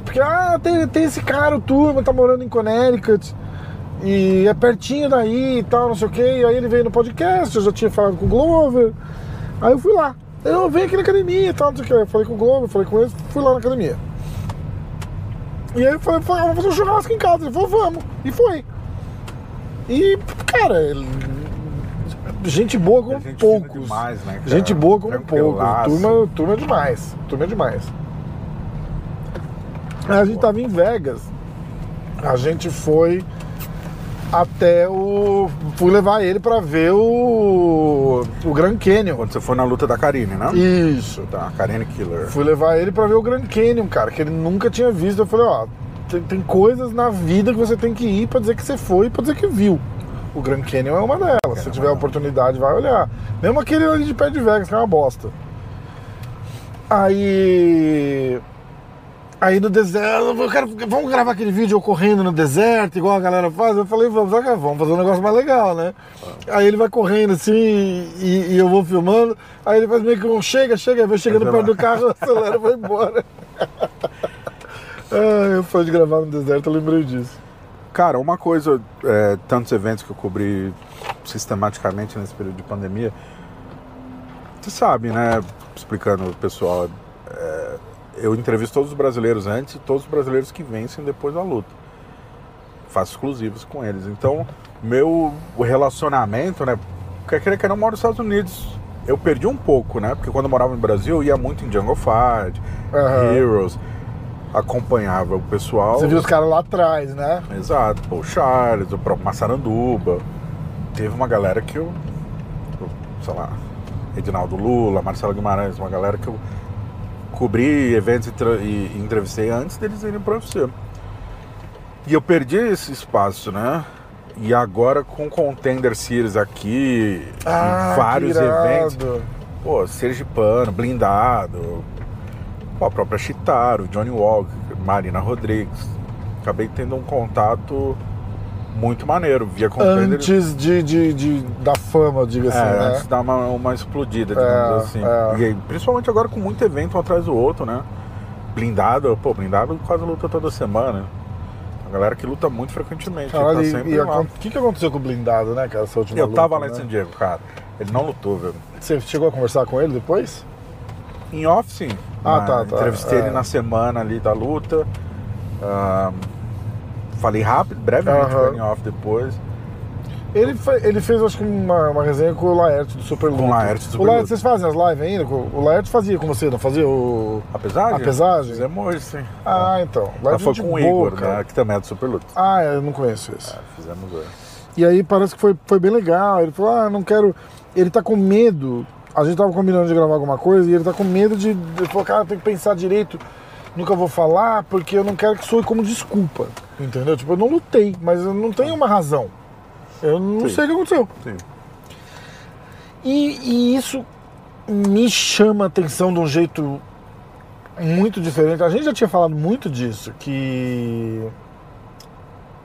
[SPEAKER 2] Porque, ah, tem, tem esse cara, o turma, tá morando em Connecticut. E é pertinho daí e tal, não sei o quê. E aí ele veio no podcast, eu já tinha falado com o Glover. Aí eu fui lá. Eu "Não, vem aqui na academia e tal, não sei o quê. Eu falei com o Glover, falei com ele, fui lá na academia. E aí eu falei, "Pô, vamos fazer um churrasco em casa. Ele falou, vamos. E foi. E, cara, ele- gente boa como
[SPEAKER 1] É gente fina
[SPEAKER 2] poucos.
[SPEAKER 1] demais, né, cara?
[SPEAKER 2] gente boa como poucos.
[SPEAKER 1] Tranquilaço.
[SPEAKER 2] Turma, turma é demais. Turma é demais. A gente tava em Vegas. A gente foi até o. Fui levar ele pra ver o. O Grand Canyon.
[SPEAKER 1] Quando você foi na luta da Karine, né?
[SPEAKER 2] Isso.
[SPEAKER 1] Tá, a Karine Killer.
[SPEAKER 2] Fui levar ele pra ver o Grand Canyon, cara, que ele nunca tinha visto. Eu falei, ó, tem, tem coisas na vida que você tem que ir pra dizer que você foi e pra dizer que viu. O Grand Canyon é uma delas. Se tiver a oportunidade, vai olhar. Mesmo aquele ali de pé de Vegas, que é uma bosta. Aí. Aí no deserto, eu quero, vamos gravar aquele vídeo eu correndo no deserto, igual a galera faz? Eu falei, vamos, sabe, vamos fazer um negócio mais legal, né?
[SPEAKER 1] Ah.
[SPEAKER 2] Aí ele vai correndo assim e, e eu vou filmando. Aí ele faz meio que um chega, chega, aí vai chegando
[SPEAKER 1] Vai
[SPEAKER 2] perto
[SPEAKER 1] lá.
[SPEAKER 2] do carro, eu acelero e vou embora. Ai, eu fui de gravar no deserto, eu lembrei disso.
[SPEAKER 1] Cara, uma coisa, é, tantos eventos que eu cobri sistematicamente nesse período de pandemia, você sabe, né? Explicando o pessoal, é, eu entrevisto todos os brasileiros antes e todos os brasileiros que vencem depois da luta. Faço exclusivos com eles. Então, meu relacionamento, né? Porque querer que eu não moro nos Estados Unidos. Eu perdi um pouco, né? Porque quando eu morava no Brasil, eu ia muito em Jungle Fight,
[SPEAKER 2] Aham.
[SPEAKER 1] Heroes, acompanhava o pessoal.
[SPEAKER 2] Você viu os caras lá atrás, né?
[SPEAKER 1] Exato, Paul Charles, o próprio Massaranduba. Teve uma galera que eu. eu, Sei lá, Edinaldo Lula, Marcelo Guimarães, uma galera que eu cobri eventos e, tra- e- e entrevistei antes deles irem para o UFC. E eu perdi esse espaço, né? E agora com o Contender Series aqui, em vários
[SPEAKER 2] Ah, que irado.
[SPEAKER 1] eventos, Pô, Sergipano, Blindado, pô, a própria Chitaro, Johnny Walker, Marina Rodrigues. Acabei tendo um contato muito maneiro, via contender.
[SPEAKER 2] Antes de, de, de- da fama, diga
[SPEAKER 1] É,
[SPEAKER 2] assim,
[SPEAKER 1] antes
[SPEAKER 2] né?
[SPEAKER 1] de dar uma, uma explodida, digamos
[SPEAKER 2] É,
[SPEAKER 1] assim.
[SPEAKER 2] é.
[SPEAKER 1] E aí, principalmente agora com muito evento um atrás do outro, né? Blindado, pô, blindado quase luta toda semana. A galera que luta muito frequentemente.
[SPEAKER 2] Caralho,
[SPEAKER 1] tá
[SPEAKER 2] e-
[SPEAKER 1] sempre
[SPEAKER 2] e
[SPEAKER 1] lá.
[SPEAKER 2] acon- o que, que aconteceu com o blindado, né, cara? Essa última
[SPEAKER 1] Eu
[SPEAKER 2] luta,
[SPEAKER 1] tava lá em
[SPEAKER 2] né?
[SPEAKER 1] San Diego, cara. Ele não lutou, velho.
[SPEAKER 2] Você chegou a conversar com ele depois?
[SPEAKER 1] Em off, sim.
[SPEAKER 2] Ah,
[SPEAKER 1] Na-
[SPEAKER 2] tá, tá.
[SPEAKER 1] Entrevistei
[SPEAKER 2] É.
[SPEAKER 1] ele na semana ali da luta. Ah, falei rápido, brevemente
[SPEAKER 2] Aham.
[SPEAKER 1] com em off depois.
[SPEAKER 2] Ele, fe- ele fez, acho que, uma, uma resenha com o Laerte do Super Luto.
[SPEAKER 1] o Laerte do Super
[SPEAKER 2] O é Laerte,
[SPEAKER 1] Luto.
[SPEAKER 2] vocês fazem as lives ainda? Com- O Laerte fazia com você, não fazia o...
[SPEAKER 1] Apesar de.
[SPEAKER 2] A pesagem?
[SPEAKER 1] Fizemos hoje, sim.
[SPEAKER 2] Ah, então.
[SPEAKER 1] Ela
[SPEAKER 2] Laerte
[SPEAKER 1] foi
[SPEAKER 2] gente
[SPEAKER 1] com o
[SPEAKER 2] boa,
[SPEAKER 1] Igor,
[SPEAKER 2] cara.
[SPEAKER 1] né, que também é do Super Luta.
[SPEAKER 2] Ah, eu não conheço esse.
[SPEAKER 1] Fizemos é. hoje.
[SPEAKER 2] E aí parece que foi, foi bem legal. Ele falou, ah, não quero... Ele tá com medo. A gente tava combinando de gravar alguma coisa e ele tá com medo de... Ele falou, cara, tem que pensar direito no que eu vou falar porque eu não quero que soe como desculpa. Entendeu? Tipo, eu não lutei, mas eu não tenho uma razão. Eu não
[SPEAKER 1] Sim.
[SPEAKER 2] sei o que aconteceu.
[SPEAKER 1] Sim.
[SPEAKER 2] E, e isso me chama a atenção de um jeito muito diferente. A gente já tinha falado muito disso, que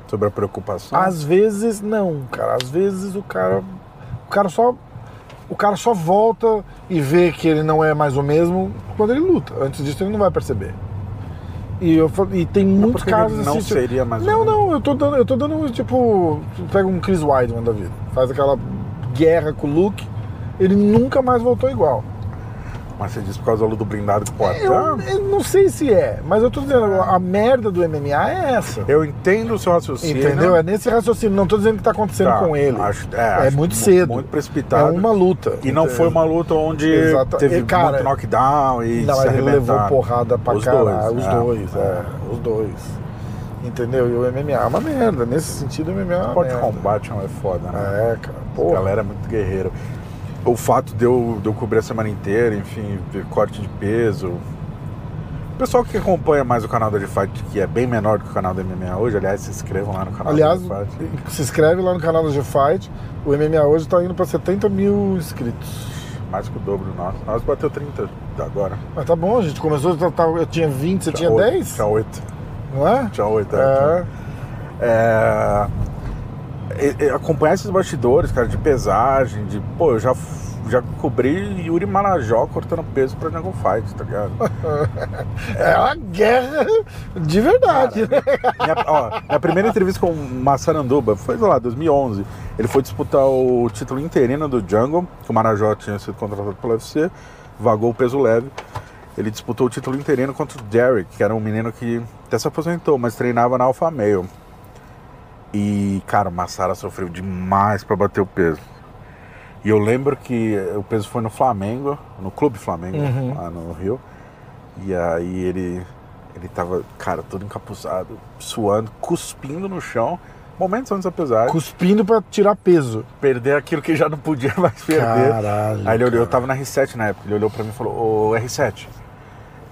[SPEAKER 1] Sobre a preocupação.
[SPEAKER 2] às vezes não, cara. Às vezes o cara, o cara só o cara só volta e vê que ele não é mais o mesmo quando ele luta. Antes disso ele não vai perceber. E, eu, fa- e tem muitos
[SPEAKER 1] porque ele
[SPEAKER 2] casos
[SPEAKER 1] não
[SPEAKER 2] assim, tipo-
[SPEAKER 1] seria mais
[SPEAKER 2] Não,
[SPEAKER 1] um.
[SPEAKER 2] não, eu tô dando, eu tô dando tipo, pega um Chris Weidman da vida, faz aquela guerra com o Luke, ele nunca mais voltou igual.
[SPEAKER 1] Mas você disse por causa da luta do blindado com o
[SPEAKER 2] Eu,
[SPEAKER 1] Arthur?
[SPEAKER 2] eu não sei se é, mas eu tô dizendo, a merda do MMA é essa.
[SPEAKER 1] Eu entendo o seu raciocínio.
[SPEAKER 2] Entendeu? É nesse raciocínio. Não tô dizendo que tá acontecendo
[SPEAKER 1] Tá,
[SPEAKER 2] com ele.
[SPEAKER 1] acho- é,
[SPEAKER 2] é
[SPEAKER 1] acho
[SPEAKER 2] muito
[SPEAKER 1] mu-
[SPEAKER 2] cedo.
[SPEAKER 1] muito
[SPEAKER 2] é
[SPEAKER 1] precipitado.
[SPEAKER 2] uma luta.
[SPEAKER 1] Tá. E não
[SPEAKER 2] entendeu?
[SPEAKER 1] foi uma luta onde
[SPEAKER 2] Exato.
[SPEAKER 1] teve
[SPEAKER 2] E, cara,
[SPEAKER 1] muito knockdown e
[SPEAKER 2] Não,
[SPEAKER 1] se
[SPEAKER 2] ele levou
[SPEAKER 1] arrebentaram.
[SPEAKER 2] porrada pra
[SPEAKER 1] Os é.
[SPEAKER 2] caralho.
[SPEAKER 1] dois,
[SPEAKER 2] os
[SPEAKER 1] é.
[SPEAKER 2] dois, é. Os dois. Entendeu? E o MMA é uma merda. Nesse sentido, o MMA é uma
[SPEAKER 1] Esporte de
[SPEAKER 2] merda.
[SPEAKER 1] combate não é foda, né?
[SPEAKER 2] É, cara.
[SPEAKER 1] A
[SPEAKER 2] Porra.
[SPEAKER 1] galera é muito guerreiro. O fato de eu, de eu cobrir a semana inteira, enfim, de corte de peso. O pessoal que acompanha mais o canal da Fight, que é bem menor do que o canal da MMA hoje, aliás, se inscrevam lá no canal
[SPEAKER 2] Aliás,
[SPEAKER 1] da Fight.
[SPEAKER 2] se inscreve lá no canal do G-Fight. O MMA hoje tá indo pra 70 mil inscritos.
[SPEAKER 1] Mais que o dobro do nosso. Nós bateu 30 agora.
[SPEAKER 2] Mas tá bom, a gente começou, tá- tá- eu tinha 20, você tinha
[SPEAKER 1] oito-
[SPEAKER 2] 10?
[SPEAKER 1] Tinha 8.
[SPEAKER 2] Não é?
[SPEAKER 1] Tinha 8,
[SPEAKER 2] É.
[SPEAKER 1] É, e- e acompanhar esses bastidores, cara, de pesagem, de. Pô, eu já, f- já cobri Yuri Marajó cortando peso pra Dragon Fight, tá ligado?
[SPEAKER 2] É uma guerra de verdade, né?
[SPEAKER 1] minha, ó, minha primeira entrevista com o Massaranduba foi, sei lá, 2011. Ele foi disputar o título interino do Jungle, que o Marajó tinha sido contratado pelo UFC, vagou o peso leve. Ele disputou o título interino contra o Derek, que era um menino que até se aposentou, mas treinava na Alpha Male. E, cara, o Massara sofreu demais pra bater o peso. E eu lembro que o peso foi no Flamengo, no Clube Flamengo, né,
[SPEAKER 2] Uhum.
[SPEAKER 1] lá no Rio. E aí ele ele tava, cara, todo encapuzado, suando, cuspindo no chão. Momentos antes da pesagem,
[SPEAKER 2] Cuspindo pra tirar peso.
[SPEAKER 1] perder aquilo que já não podia mais perder.
[SPEAKER 2] Caralho.
[SPEAKER 1] aí ele olhou, eu
[SPEAKER 2] cara.
[SPEAKER 1] tava na R7 na época, ele olhou pra mim e falou, ô R7,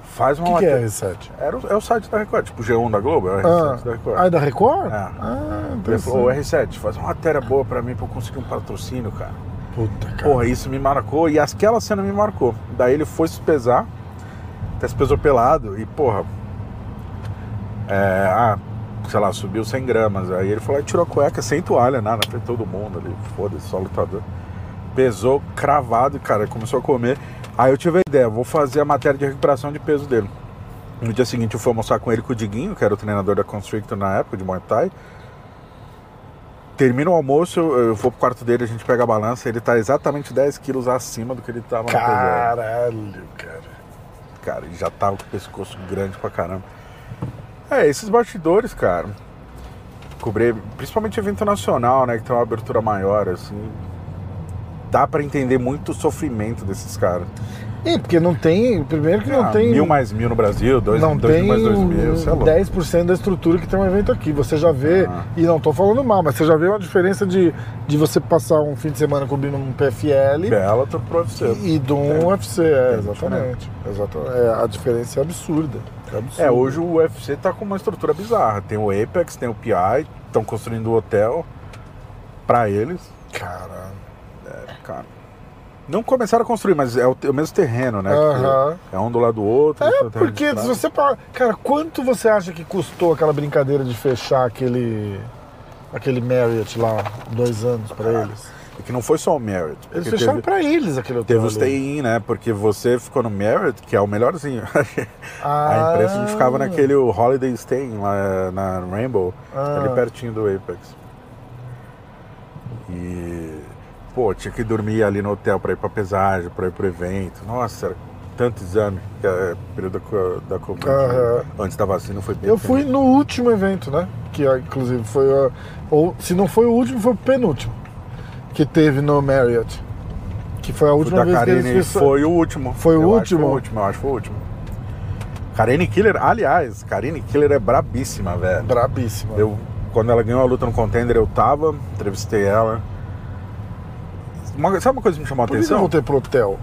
[SPEAKER 1] faz uma
[SPEAKER 2] O que, que
[SPEAKER 1] maté-
[SPEAKER 2] é R7?
[SPEAKER 1] Era o, é o site da Record, tipo G1 da Globo, é o R7 da Record.
[SPEAKER 2] Ah, é da Record?
[SPEAKER 1] É.
[SPEAKER 2] Ah,
[SPEAKER 1] Ele falou, ô
[SPEAKER 2] interessante.
[SPEAKER 1] R7, faz uma matéria boa pra mim pra eu conseguir um patrocínio, cara.
[SPEAKER 2] Puta, cara.
[SPEAKER 1] Porra, isso me marcou e aquela cena me marcou. Daí ele foi se pesar, até se pesou pelado e, porra, é, ah, sei lá, subiu 100 gramas. Aí ele falou, "Ah, tirou a cueca sem toalha, nada, pra todo mundo ali, foda-se, só lutador. Pesou cravado, cara, começou a comer. Aí eu tive a ideia, vou fazer a matéria de recuperação de peso dele. No dia seguinte eu fui almoçar com ele e com o Diguinho, que era o treinador da Constrictor na época, de Muay Thai. Termina o almoço, eu eu vou pro quarto dele, a gente pega a balança, ele tá exatamente 10 quilos acima do que ele tava na pesagem.
[SPEAKER 2] Caralho, cara.
[SPEAKER 1] Cara, e já tava com o pescoço grande pra caramba. É, esses bastidores, cara. Cobrir, principalmente evento nacional, né? Que tem uma abertura maior, assim. Dá pra entender muito o sofrimento desses caras.
[SPEAKER 2] E porque não tem. Primeiro que não
[SPEAKER 1] Ah,
[SPEAKER 2] tem.
[SPEAKER 1] Mil mais mil no Brasil, dois,
[SPEAKER 2] não
[SPEAKER 1] dois
[SPEAKER 2] tem
[SPEAKER 1] mil mais dois mil, é sei lá.
[SPEAKER 2] 10% da estrutura que tem um evento aqui. Você já vê,
[SPEAKER 1] Ah.
[SPEAKER 2] e não tô falando mal, mas você já vê uma diferença de, de você passar um fim de semana cobrindo um PFL
[SPEAKER 1] Bela tô pra você.
[SPEAKER 2] e de um
[SPEAKER 1] É.
[SPEAKER 2] UFC. É,
[SPEAKER 1] Tem
[SPEAKER 2] exatamente. exatamente. É, a diferença é absurda. É, absurda.
[SPEAKER 1] É, hoje o UFC tá com uma estrutura bizarra. Tem o Apex, tem o PI, estão construindo o hotel pra eles.
[SPEAKER 2] Cara.
[SPEAKER 1] Cara, não começaram a construir, mas é o, te- o mesmo terreno, né?
[SPEAKER 2] Aham.
[SPEAKER 1] É um do lado do outro.
[SPEAKER 2] É,
[SPEAKER 1] tem o terreno de
[SPEAKER 2] porque se
[SPEAKER 1] praia.
[SPEAKER 2] você. pa- Cara, quanto você acha que custou aquela brincadeira de fechar aquele. aquele Marriott lá, dois anos pra eles?
[SPEAKER 1] É que não foi só o Merit.
[SPEAKER 2] Eles
[SPEAKER 1] porque
[SPEAKER 2] fecharam
[SPEAKER 1] teve,
[SPEAKER 2] pra eles aquele hotel.
[SPEAKER 1] teve os
[SPEAKER 2] ali.
[SPEAKER 1] TI, né? Porque você ficou no Merit, que é o melhorzinho.
[SPEAKER 2] Ah,
[SPEAKER 1] a empresa a gente ficava naquele Holiday Stay lá na Rainbow,
[SPEAKER 2] Ah.
[SPEAKER 1] ali pertinho do Apex. E. Pô, tinha que dormir ali no hotel pra ir pra pesagem, pra ir pro evento. Nossa, era tanto exame, que é período da co- da Covid. né?
[SPEAKER 2] Aham.
[SPEAKER 1] Antes da vacina foi bem.
[SPEAKER 2] Eu fui no último evento, né? Que ah, inclusive foi. ah, Ou se não foi o último, foi o penúltimo. Que teve no Marriott. Que foi a
[SPEAKER 1] O
[SPEAKER 2] última
[SPEAKER 1] da
[SPEAKER 2] vez que
[SPEAKER 1] Karine
[SPEAKER 2] eles fecharam.
[SPEAKER 1] foi o último.
[SPEAKER 2] Foi o
[SPEAKER 1] Eu acho que
[SPEAKER 2] último?
[SPEAKER 1] Foi o último, eu acho que foi o último. Karine Killer, aliás, Karine Killer é brabíssima, velho.
[SPEAKER 2] Brabíssima.
[SPEAKER 1] Eu, quando ela ganhou a luta no contender, eu tava, entrevistei ela. Uma- sabe uma coisa que me chamou a
[SPEAKER 2] Por que que eu
[SPEAKER 1] atenção?
[SPEAKER 2] voltei pro hotel?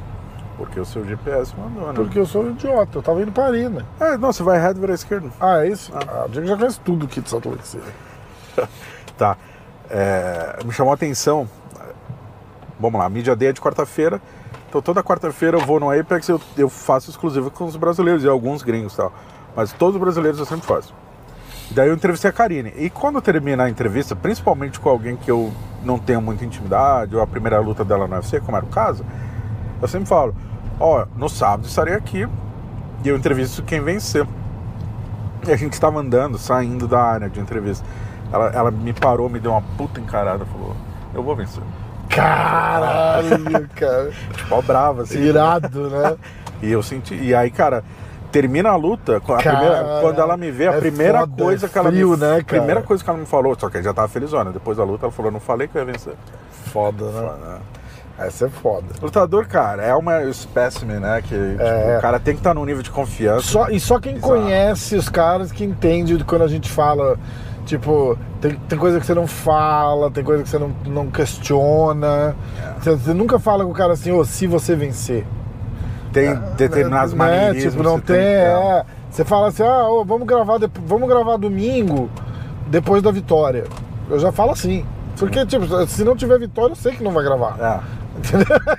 [SPEAKER 1] Porque o seu GPS mandou, né?
[SPEAKER 2] Porque eu sou um idiota, eu tava indo pra Arena.
[SPEAKER 1] É, não, você vai reto, vira esquerda.
[SPEAKER 2] Ah, é isso? Ah, o Diego já conhece tudo aqui de Santa Lucia.
[SPEAKER 1] Tá. É, me chamou a atenção. Vamos lá, a mídia Day é de quarta-feira. Então toda quarta-feira eu vou no Apex eu, eu faço exclusivo com os brasileiros e alguns gringos e tal. Mas todos os brasileiros eu sempre faço. Daí eu entrevistei a Karine. E quando terminar a entrevista, principalmente com alguém que eu não tenho muita intimidade, ou a primeira luta dela no UFC, como era o caso, eu sempre falo, ó, no sábado estarei aqui e eu entrevisto quem vencer. E a gente estava andando, saindo da área de entrevista. Ela, ela me parou, me deu uma puta encarada, falou: Eu vou vencer.
[SPEAKER 2] Caralho, cara.
[SPEAKER 1] Tipo, ó, brava assim.
[SPEAKER 2] Irado, né?
[SPEAKER 1] E eu senti. E aí, cara, termina a luta. com a
[SPEAKER 2] Cara,
[SPEAKER 1] primeira- quando ela me vê, a
[SPEAKER 2] é
[SPEAKER 1] primeira
[SPEAKER 2] foda,
[SPEAKER 1] coisa
[SPEAKER 2] é
[SPEAKER 1] que ela
[SPEAKER 2] frio,
[SPEAKER 1] me
[SPEAKER 2] né, cara?
[SPEAKER 1] primeira coisa que ela me falou, só que ela já tava felizona. Depois da luta, ela falou: Não falei que eu ia vencer.
[SPEAKER 2] Foda, né?
[SPEAKER 1] Falei, "Ah,
[SPEAKER 2] Essa é foda.
[SPEAKER 1] Lutador, cara, é uma espécime, né? Que tipo,
[SPEAKER 2] É.
[SPEAKER 1] o cara tem que estar num nível de confiança.
[SPEAKER 2] Só, e só quem
[SPEAKER 1] Exato.
[SPEAKER 2] conhece os caras que entende de quando a gente fala. Tipo, tem, tem coisa que você não fala, tem coisa que você não, não questiona. Você, você nunca fala com o cara assim, ô, se você vencer.
[SPEAKER 1] Tem determinadas
[SPEAKER 2] Né?
[SPEAKER 1] maneiras.
[SPEAKER 2] Tipo, não tem. é. Você fala assim, ah, ô, vamos, gravar depo- vamos gravar domingo depois da vitória. Eu já falo assim. Porque, tipo, se não tiver vitória, eu sei que não vai gravar.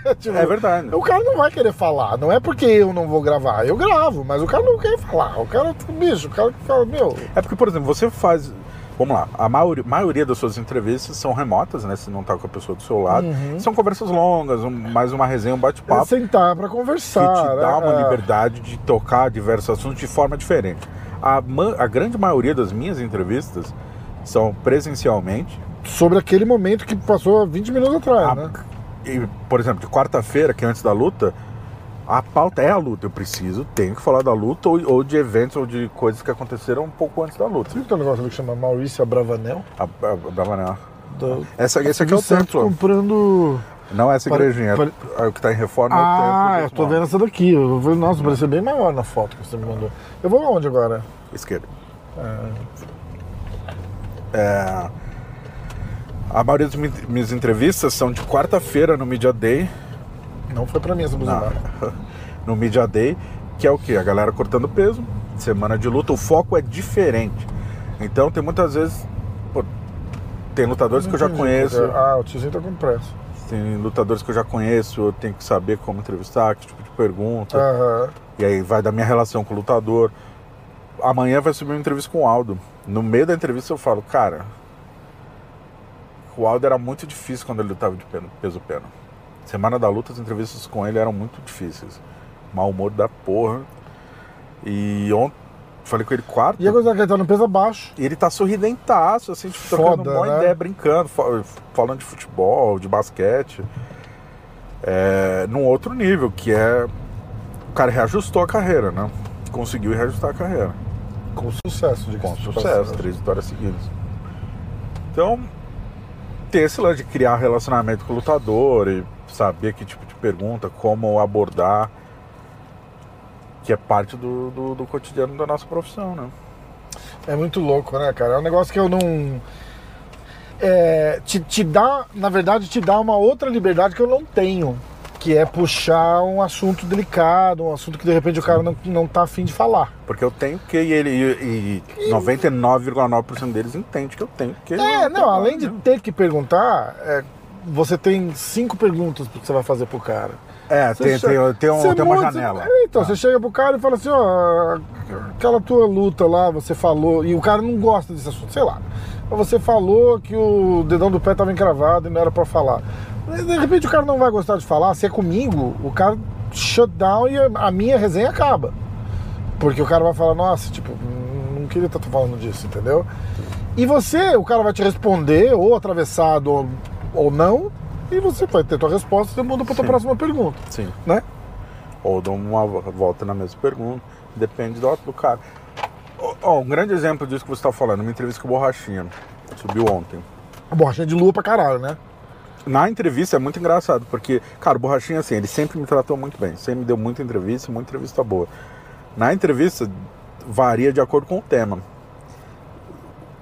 [SPEAKER 1] É.
[SPEAKER 2] Tipo,
[SPEAKER 1] É verdade.
[SPEAKER 2] o cara não vai querer falar, não é porque eu não vou gravar, eu gravo, mas o cara não quer falar. O cara, bicho, o cara que fala, meu,
[SPEAKER 1] É porque, por exemplo, você faz. Vamos lá, a maioria, maioria das suas entrevistas são remotas, né? Se não tá com a pessoa do seu lado.
[SPEAKER 2] Uhum.
[SPEAKER 1] São conversas longas, um- mais uma resenha, um
[SPEAKER 2] é
[SPEAKER 1] bate-papo.
[SPEAKER 2] sentar pra
[SPEAKER 1] que
[SPEAKER 2] conversar.
[SPEAKER 1] te dá
[SPEAKER 2] né?
[SPEAKER 1] uma
[SPEAKER 2] É.
[SPEAKER 1] liberdade de tocar diversos assuntos de forma diferente. A, ma- a grande maioria das minhas entrevistas são presencialmente.
[SPEAKER 2] Sobre aquele momento que passou há 20 minutos atrás,
[SPEAKER 1] A-
[SPEAKER 2] né?
[SPEAKER 1] e, por exemplo, de quarta-feira, que é antes da luta, a pauta é a luta. Eu preciso, tenho que falar da luta ou, ou de eventos ou de coisas que aconteceram um pouco antes da luta.
[SPEAKER 2] Você viu que tem um negócio ali que chama Maurícia Bravanel?
[SPEAKER 1] A, a, a Bravanel.
[SPEAKER 2] Do...
[SPEAKER 1] Essa, esse aqui é o
[SPEAKER 2] Vicente
[SPEAKER 1] templo.
[SPEAKER 2] comprando.
[SPEAKER 1] Não essa
[SPEAKER 2] Pare-
[SPEAKER 1] igrejinha.
[SPEAKER 2] pare-
[SPEAKER 1] é O que está em reforma
[SPEAKER 2] Ah,
[SPEAKER 1] é o templo.
[SPEAKER 2] eu tô vendo essa daqui. Eu falei, nossa, pareceu bem maior na foto que você me mandou. Eu vou aonde agora?
[SPEAKER 1] Esquerda. É, A maioria das mi- minhas entrevistas são de quarta-feira no Media Day.
[SPEAKER 2] Não foi pra mim essa buzina.
[SPEAKER 1] na- no Media Day, que é o que? A galera cortando peso, semana de luta, o foco é diferente. Então tem muitas vezes. pô, tem lutadores que eu já
[SPEAKER 2] Entendi.
[SPEAKER 1] conheço,
[SPEAKER 2] Ah, o tiozinho tá com pressa.
[SPEAKER 1] tem lutadores que eu já conheço, eu tenho que saber como entrevistar, que tipo de pergunta.
[SPEAKER 2] É. Aham.
[SPEAKER 1] E aí vai da minha relação com o lutador. Amanhã vai subir uma entrevista com o Aldo. No meio da entrevista eu falo, cara, o Aldo era muito difícil quando ele lutava de pena- peso pena. Semana da luta, as entrevistas com ele eram muito difíceis. Mau humor da porra. E ontem falei com ele quarto.
[SPEAKER 2] E a coisa que ele tá no peso abaixo.
[SPEAKER 1] E ele tá sorridentaço, assim, tipo, trocando
[SPEAKER 2] Foda,
[SPEAKER 1] uma
[SPEAKER 2] né?
[SPEAKER 1] ideia, brincando, fa- falando de futebol, de basquete. É, num outro nível, que é. O cara reajustou a carreira, né? Conseguiu reajustar a carreira.
[SPEAKER 2] Com sucesso, de
[SPEAKER 1] Com sucesso, três vitórias seguidas. Então, ter esse lance de criar relacionamento com o lutador e saber que tipo de pergunta, como abordar, que é parte do, do, do cotidiano da nossa profissão, né?
[SPEAKER 2] É muito louco, né, cara? É um negócio que eu não. É, te, te dá, na verdade, te dá uma outra liberdade que eu não tenho. Que é puxar um assunto delicado, um assunto que de repente o cara não, não tá afim de falar.
[SPEAKER 1] Porque eu tenho que e ele e, e 99,9% deles entende que eu tenho que.
[SPEAKER 2] É, não, além de ter que perguntar, é, você tem cinco perguntas que você vai fazer pro cara.
[SPEAKER 1] É,
[SPEAKER 2] Você
[SPEAKER 1] tem,
[SPEAKER 2] che-
[SPEAKER 1] tem, tem, um,
[SPEAKER 2] Você
[SPEAKER 1] tem uma
[SPEAKER 2] monta-
[SPEAKER 1] janela. Ah, Tá.
[SPEAKER 2] É, então, você chega pro cara e fala assim, ó, aquela tua luta lá, você falou, e o cara não gosta desse assunto, sei lá. Mas Você falou que o dedão do pé tava encravado e não era pra falar. De repente o cara não vai gostar de falar, se é comigo, o cara shut down e a- a minha resenha acaba. Porque o cara vai falar, nossa, tipo, não queria estar falando disso, entendeu? E você, o cara vai te responder, ou atravessado ou, ou não, e você vai ter tua resposta e você muda pra tua
[SPEAKER 1] Sim.
[SPEAKER 2] próxima pergunta,
[SPEAKER 1] Sim.
[SPEAKER 2] né?
[SPEAKER 1] Ou dou uma vo- volta na mesma pergunta. Depende do, do cara. Ó, ó, um grande exemplo disso que você está falando, uma entrevista com o Borrachinha. Subiu ontem.
[SPEAKER 2] A borrachinha de lua pra caralho, né?
[SPEAKER 1] Na entrevista é muito engraçado, porque, cara, o Borrachinha, assim, ele sempre me tratou muito bem, sempre me deu muita entrevista, muita entrevista boa. Na entrevista, varia de acordo com o tema.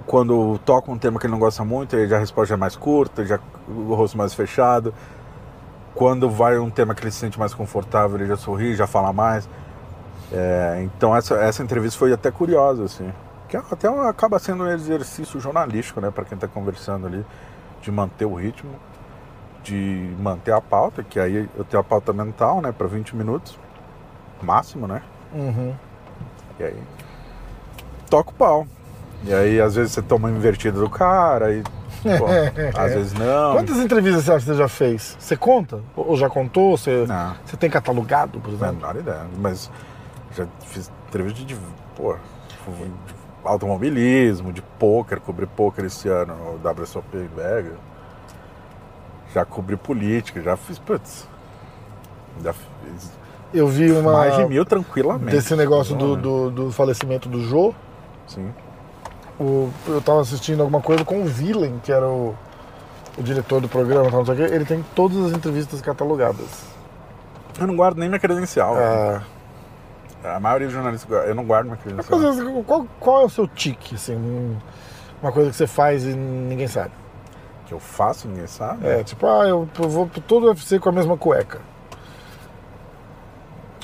[SPEAKER 1] Quando toca um tema que ele não gosta muito, aí já a resposta é mais curta, já o rosto mais fechado. Quando vai um tema que ele se sente mais confortável, ele já sorri, já fala mais. É, então, essa, essa entrevista foi até curiosa, assim. Que até acaba sendo um exercício jornalístico, né, para quem tá conversando ali, de manter o ritmo de manter a pauta, que aí eu tenho a pauta mental, né, para 20 minutos máximo, né?
[SPEAKER 2] Uhum.
[SPEAKER 1] E aí toca o pau. E aí às vezes você toma uma invertida do cara e pô, às vezes não.
[SPEAKER 2] Quantas entrevistas você acha que você já fez? Você conta? Ou já contou? Você,
[SPEAKER 1] Não.
[SPEAKER 2] você tem catalogado, por exemplo?
[SPEAKER 1] Menor ideia, mas já fiz entrevista de pô, de automobilismo, de pôquer, cobri pôquer esse ano no WSOP em Vegas. Já cobri política, já fiz, putz. Já fiz
[SPEAKER 2] Eu vi uma.
[SPEAKER 1] mais de mil tranquilamente.
[SPEAKER 2] Desse negócio do,
[SPEAKER 1] Tranquilamente.
[SPEAKER 2] do, do falecimento do Jô.
[SPEAKER 1] Sim.
[SPEAKER 2] O- eu tava assistindo alguma coisa com o Villain, que era o, o diretor do programa, tal, não sei o quê, ele tem todas as entrevistas catalogadas.
[SPEAKER 1] Eu não guardo nem minha credencial.
[SPEAKER 2] Ah,
[SPEAKER 1] A maioria dos jornalistas guarda. Eu não guardo minha credencial.
[SPEAKER 2] coisas- qual, qual é o seu tique, assim? um- Uma coisa que você faz e ninguém sabe.
[SPEAKER 1] Que eu faço, ninguém sabe.
[SPEAKER 2] É, tipo, ah, eu vou pro todo o UFC com a mesma cueca.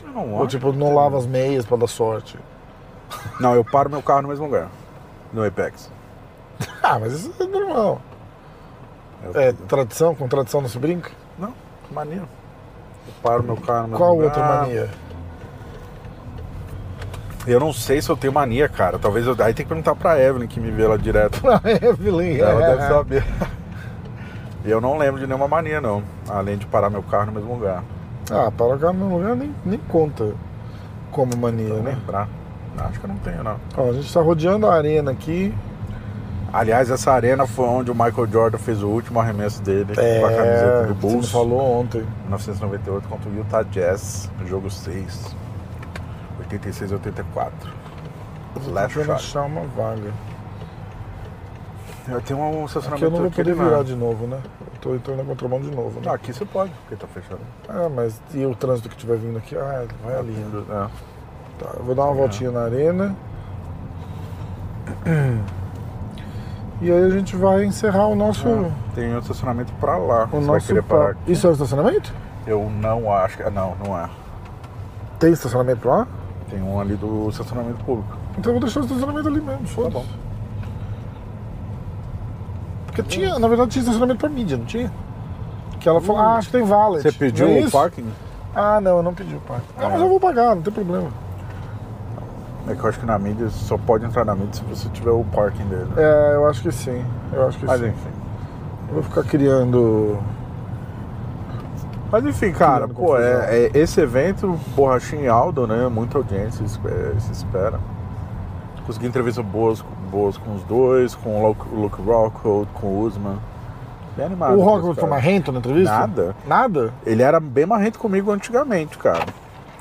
[SPEAKER 1] Eu não
[SPEAKER 2] Ou
[SPEAKER 1] acho.
[SPEAKER 2] tipo, não lava as meias pra dar sorte. tipo-
[SPEAKER 1] Não, eu paro meu carro no mesmo lugar. No Apex.
[SPEAKER 2] Ah, mas isso é normal.
[SPEAKER 1] Eu-
[SPEAKER 2] É tradição, com tradição não se brinca?
[SPEAKER 1] Não, mania. Eu paro meu carro no mesmo
[SPEAKER 2] Qual é
[SPEAKER 1] lugar.
[SPEAKER 2] outra mania?
[SPEAKER 1] Eu não sei se eu tenho mania, cara. Talvez eu. Aí tem que perguntar pra Evelyn que me vê lá direto.
[SPEAKER 2] Pra Evelyn.
[SPEAKER 1] Ela
[SPEAKER 2] é.
[SPEAKER 1] deve saber. E eu não lembro de nenhuma mania, não. Além de parar meu carro no mesmo lugar.
[SPEAKER 2] Ah, para cá no lugar nem, nem conta como mania,
[SPEAKER 1] Eu
[SPEAKER 2] né?
[SPEAKER 1] lembrar. Acho que eu não tenho, não.
[SPEAKER 2] Ó, a gente tá rodeando a arena aqui.
[SPEAKER 1] Aliás, essa arena foi onde o Michael Jordan fez o último arremesso dele com a camiseta do
[SPEAKER 2] É, você me
[SPEAKER 1] Bulls.
[SPEAKER 2] falou ontem.
[SPEAKER 1] 1998 contra o Utah Jazz, jogo 6. 86 84. Last
[SPEAKER 2] Deixa eu
[SPEAKER 1] shot.
[SPEAKER 2] achar uma vaga.
[SPEAKER 1] Eu tenho um
[SPEAKER 2] Aqui eu
[SPEAKER 1] estacionamento
[SPEAKER 2] não vou
[SPEAKER 1] aqui
[SPEAKER 2] poder
[SPEAKER 1] na-
[SPEAKER 2] virar de novo, né? Eu tô entrando na contramão de novo,
[SPEAKER 1] Ah,
[SPEAKER 2] né?
[SPEAKER 1] aqui você pode, porque tá fechado.
[SPEAKER 2] Ah, mas e o trânsito que tiver vindo aqui? Ah, vai ali.
[SPEAKER 1] É.
[SPEAKER 2] Tá, eu vou dar uma voltinha na arena. E aí a gente vai encerrar o nosso,
[SPEAKER 1] Tem um estacionamento pra lá.
[SPEAKER 2] Hum. o
[SPEAKER 1] você vai
[SPEAKER 2] nosso
[SPEAKER 1] querer parar
[SPEAKER 2] papo.
[SPEAKER 1] aqui.
[SPEAKER 2] Isso é o estacionamento?
[SPEAKER 1] Eu não acho. que- Não, não é.
[SPEAKER 2] Tem estacionamento pra lá?
[SPEAKER 1] Tem um ali do estacionamento público.
[SPEAKER 2] Então eu vou deixar o estacionamento ali mesmo, foda
[SPEAKER 1] bom.
[SPEAKER 2] Porque tinha, na verdade tinha estacionamento pra mídia, não tinha? Que ela falou, ah, acho que tem valet.
[SPEAKER 1] Você pediu
[SPEAKER 2] Não é
[SPEAKER 1] o
[SPEAKER 2] isso?
[SPEAKER 1] parking?
[SPEAKER 2] Ah, não, eu não pedi o parque. Ah, mas eu vou pagar, não tem problema.
[SPEAKER 1] É que eu acho que na mídia só pode entrar na mídia se você tiver o parking dele. né?
[SPEAKER 2] É, eu acho que sim. Eu acho que
[SPEAKER 1] Mas
[SPEAKER 2] sim.
[SPEAKER 1] enfim.
[SPEAKER 2] Eu vou ficar criando.
[SPEAKER 1] Mas enfim, cara,
[SPEAKER 2] Criando
[SPEAKER 1] pô,
[SPEAKER 2] confusão.
[SPEAKER 1] é, é- esse evento, borrachinha e Aldo, né? Muita audiência se espe- eh, se espera. Consegui entrevistas boas, boas com os dois, com o Luke- Luke Rockhold, com o Usman. Bem animado.
[SPEAKER 2] o
[SPEAKER 1] com
[SPEAKER 2] Rock
[SPEAKER 1] esse
[SPEAKER 2] foi
[SPEAKER 1] cara.
[SPEAKER 2] marrento na entrevista?
[SPEAKER 1] Nada.
[SPEAKER 2] Nada?
[SPEAKER 1] Ele era bem marrento comigo antigamente, cara.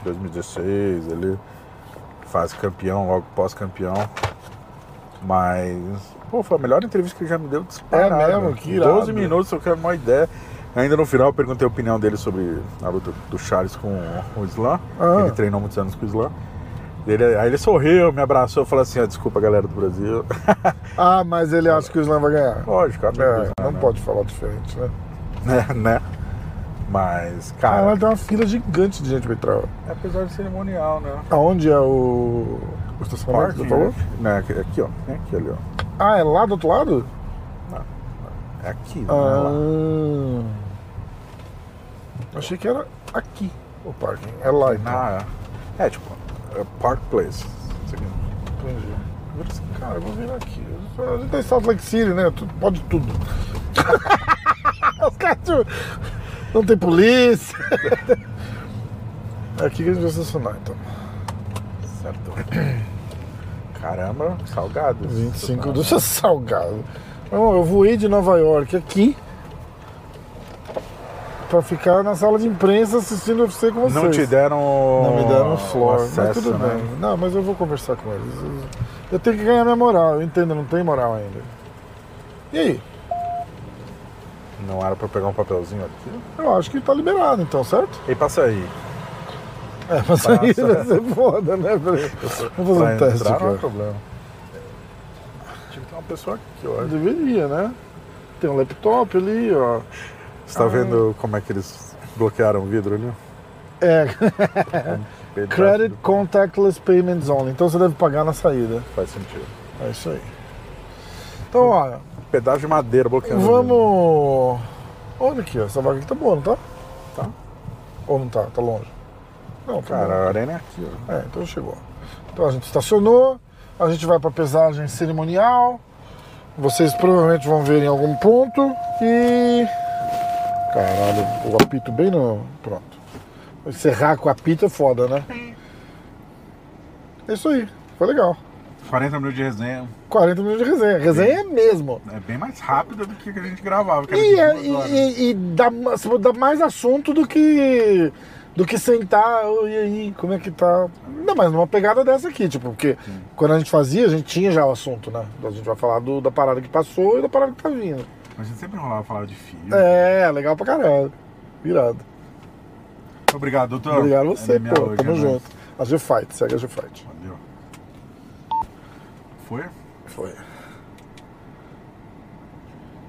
[SPEAKER 1] 2016, ele faz campeão, logo pós-campeão. Mas, pô, foi a melhor entrevista que ele já me deu disparado.
[SPEAKER 2] É mesmo? Que irado.
[SPEAKER 1] 12 minutos, eu quero uma ideia. Ainda no final eu perguntei a opinião dele sobre a luta do Charles com o Islam.
[SPEAKER 2] Ah.
[SPEAKER 1] Ele treinou muitos anos com o Islam. Ele- aí ele sorriu, me abraçou, falou assim, ah, desculpa galera do Brasil.
[SPEAKER 2] Ah, mas ele acha que o Slam vai ganhar.
[SPEAKER 1] Lógico, amigo do Islam,
[SPEAKER 2] É, não
[SPEAKER 1] né?
[SPEAKER 2] pode falar diferente, né?
[SPEAKER 1] Né, né? Mas,
[SPEAKER 2] Ah, um-
[SPEAKER 1] cara,
[SPEAKER 2] lá tem uma fila gigante de gente pra entrar. ó.
[SPEAKER 1] é apesar de cerimonial, né?
[SPEAKER 2] Aonde é o. O estacionamento
[SPEAKER 1] Parque,
[SPEAKER 2] que você falou?
[SPEAKER 1] Né? Aqui, aqui, ó. É aqui ali, ó.
[SPEAKER 2] Ah, é lá do outro lado?
[SPEAKER 1] É aqui, né? Lá.
[SPEAKER 2] Ah. Achei que era aqui o parking. É lá então.
[SPEAKER 1] Ah, é. É tipo, é Park Place. Isso aqui.
[SPEAKER 2] Entendi. Eu disse, Cara, eu vou vir aqui. A gente tá em Salt Lake City, né? Tu- Pode tudo. Os caras tu- não tem polícia. É aqui que a gente vai estacionar então.
[SPEAKER 1] Certo. Caramba, salgado. Tá.
[SPEAKER 2] 25 do seu salgado. Não, eu voei de Nova York aqui pra ficar na sala de imprensa assistindo UFC com vocês.
[SPEAKER 1] Não te deram.
[SPEAKER 2] Não me deram um
[SPEAKER 1] o
[SPEAKER 2] flor, mas
[SPEAKER 1] acesso,
[SPEAKER 2] tudo
[SPEAKER 1] né?
[SPEAKER 2] bem. Não, mas eu vou conversar com eles. Eu- Eu tenho que ganhar minha moral, eu entendo, eu não tenho moral ainda. E aí?
[SPEAKER 1] Não era pra pegar um papelzinho aqui.
[SPEAKER 2] Eu acho que tá liberado então, certo?
[SPEAKER 1] E passa aí.
[SPEAKER 2] É, mas
[SPEAKER 1] Passa.
[SPEAKER 2] aí vai ser foda, né? Peraí. Vamos fazer um
[SPEAKER 1] pra
[SPEAKER 2] teste
[SPEAKER 1] entrar, não é
[SPEAKER 2] aqui.
[SPEAKER 1] problema. Tinha que ter uma pessoa aqui, eu
[SPEAKER 2] ó.
[SPEAKER 1] acho.
[SPEAKER 2] Deveria, né? Tem um laptop ali, ó.
[SPEAKER 1] Você
[SPEAKER 2] Ah.
[SPEAKER 1] tá vendo como é que eles bloquearam o vidro ali?
[SPEAKER 2] É,
[SPEAKER 1] Pedaço
[SPEAKER 2] Credit Contactless Payments Only. Então você deve pagar na saída.
[SPEAKER 1] de- Faz sentido.
[SPEAKER 2] É isso aí. Então, ó,
[SPEAKER 1] Pedaço de madeira bloqueando. o vidro.
[SPEAKER 2] vamos. Olha aqui, ó. Essa vaga aqui tá boa, não tá?
[SPEAKER 1] Tá.
[SPEAKER 2] Ou não tá? Tá longe? Não, tá
[SPEAKER 1] Cara,
[SPEAKER 2] bom.
[SPEAKER 1] a arena é aqui, ó.
[SPEAKER 2] É, então chegou. Então a gente estacionou, a gente vai para pesagem cerimonial. Vocês provavelmente vão ver em algum ponto e caralho, o apito bem no pronto. Encerrar com apito é foda, né? É isso aí. Foi legal.
[SPEAKER 1] 40 minutos de resenha
[SPEAKER 2] 40 minutos de resenha. Resenha é mesmo.
[SPEAKER 1] é bem mais rápido do que a gente gravava. Que era
[SPEAKER 2] E,
[SPEAKER 1] de
[SPEAKER 2] é-
[SPEAKER 1] duas
[SPEAKER 2] e-
[SPEAKER 1] horas.
[SPEAKER 2] e- e dá, ma- você dá mais assunto do que do que sentar "Oh, e aí, como é que tá? Ainda mais numa pegada dessa aqui, tipo, porque quando a gente fazia, a gente tinha já o assunto, né? A gente vai falar do- da parada que passou e da parada que tá vindo.
[SPEAKER 1] A gente sempre enrolava falar de filho.
[SPEAKER 2] É, legal pra caralho. Virado.
[SPEAKER 1] Obrigado, doutor.
[SPEAKER 2] Obrigado a você,
[SPEAKER 1] MMA
[SPEAKER 2] pô.
[SPEAKER 1] hoje,
[SPEAKER 2] Tamo
[SPEAKER 1] Ah, é nóis.
[SPEAKER 2] junto. A G-Fight, segue a G-Fight.
[SPEAKER 1] Valeu. Foi?
[SPEAKER 2] Foi.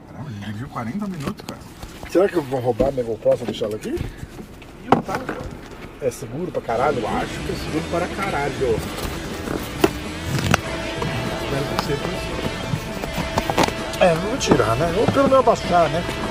[SPEAKER 1] Caramba, a gente dividiu 40 minutos, cara.
[SPEAKER 2] Será que vão roubar minha GoPro se eu deixar ela aqui?
[SPEAKER 1] E o tá, cara?
[SPEAKER 2] É seguro pra caralho?
[SPEAKER 1] Eu acho que é seguro para caralho. Espero que você pense.
[SPEAKER 2] É, não vou tirar, né? Ou pelo menos baixar, né?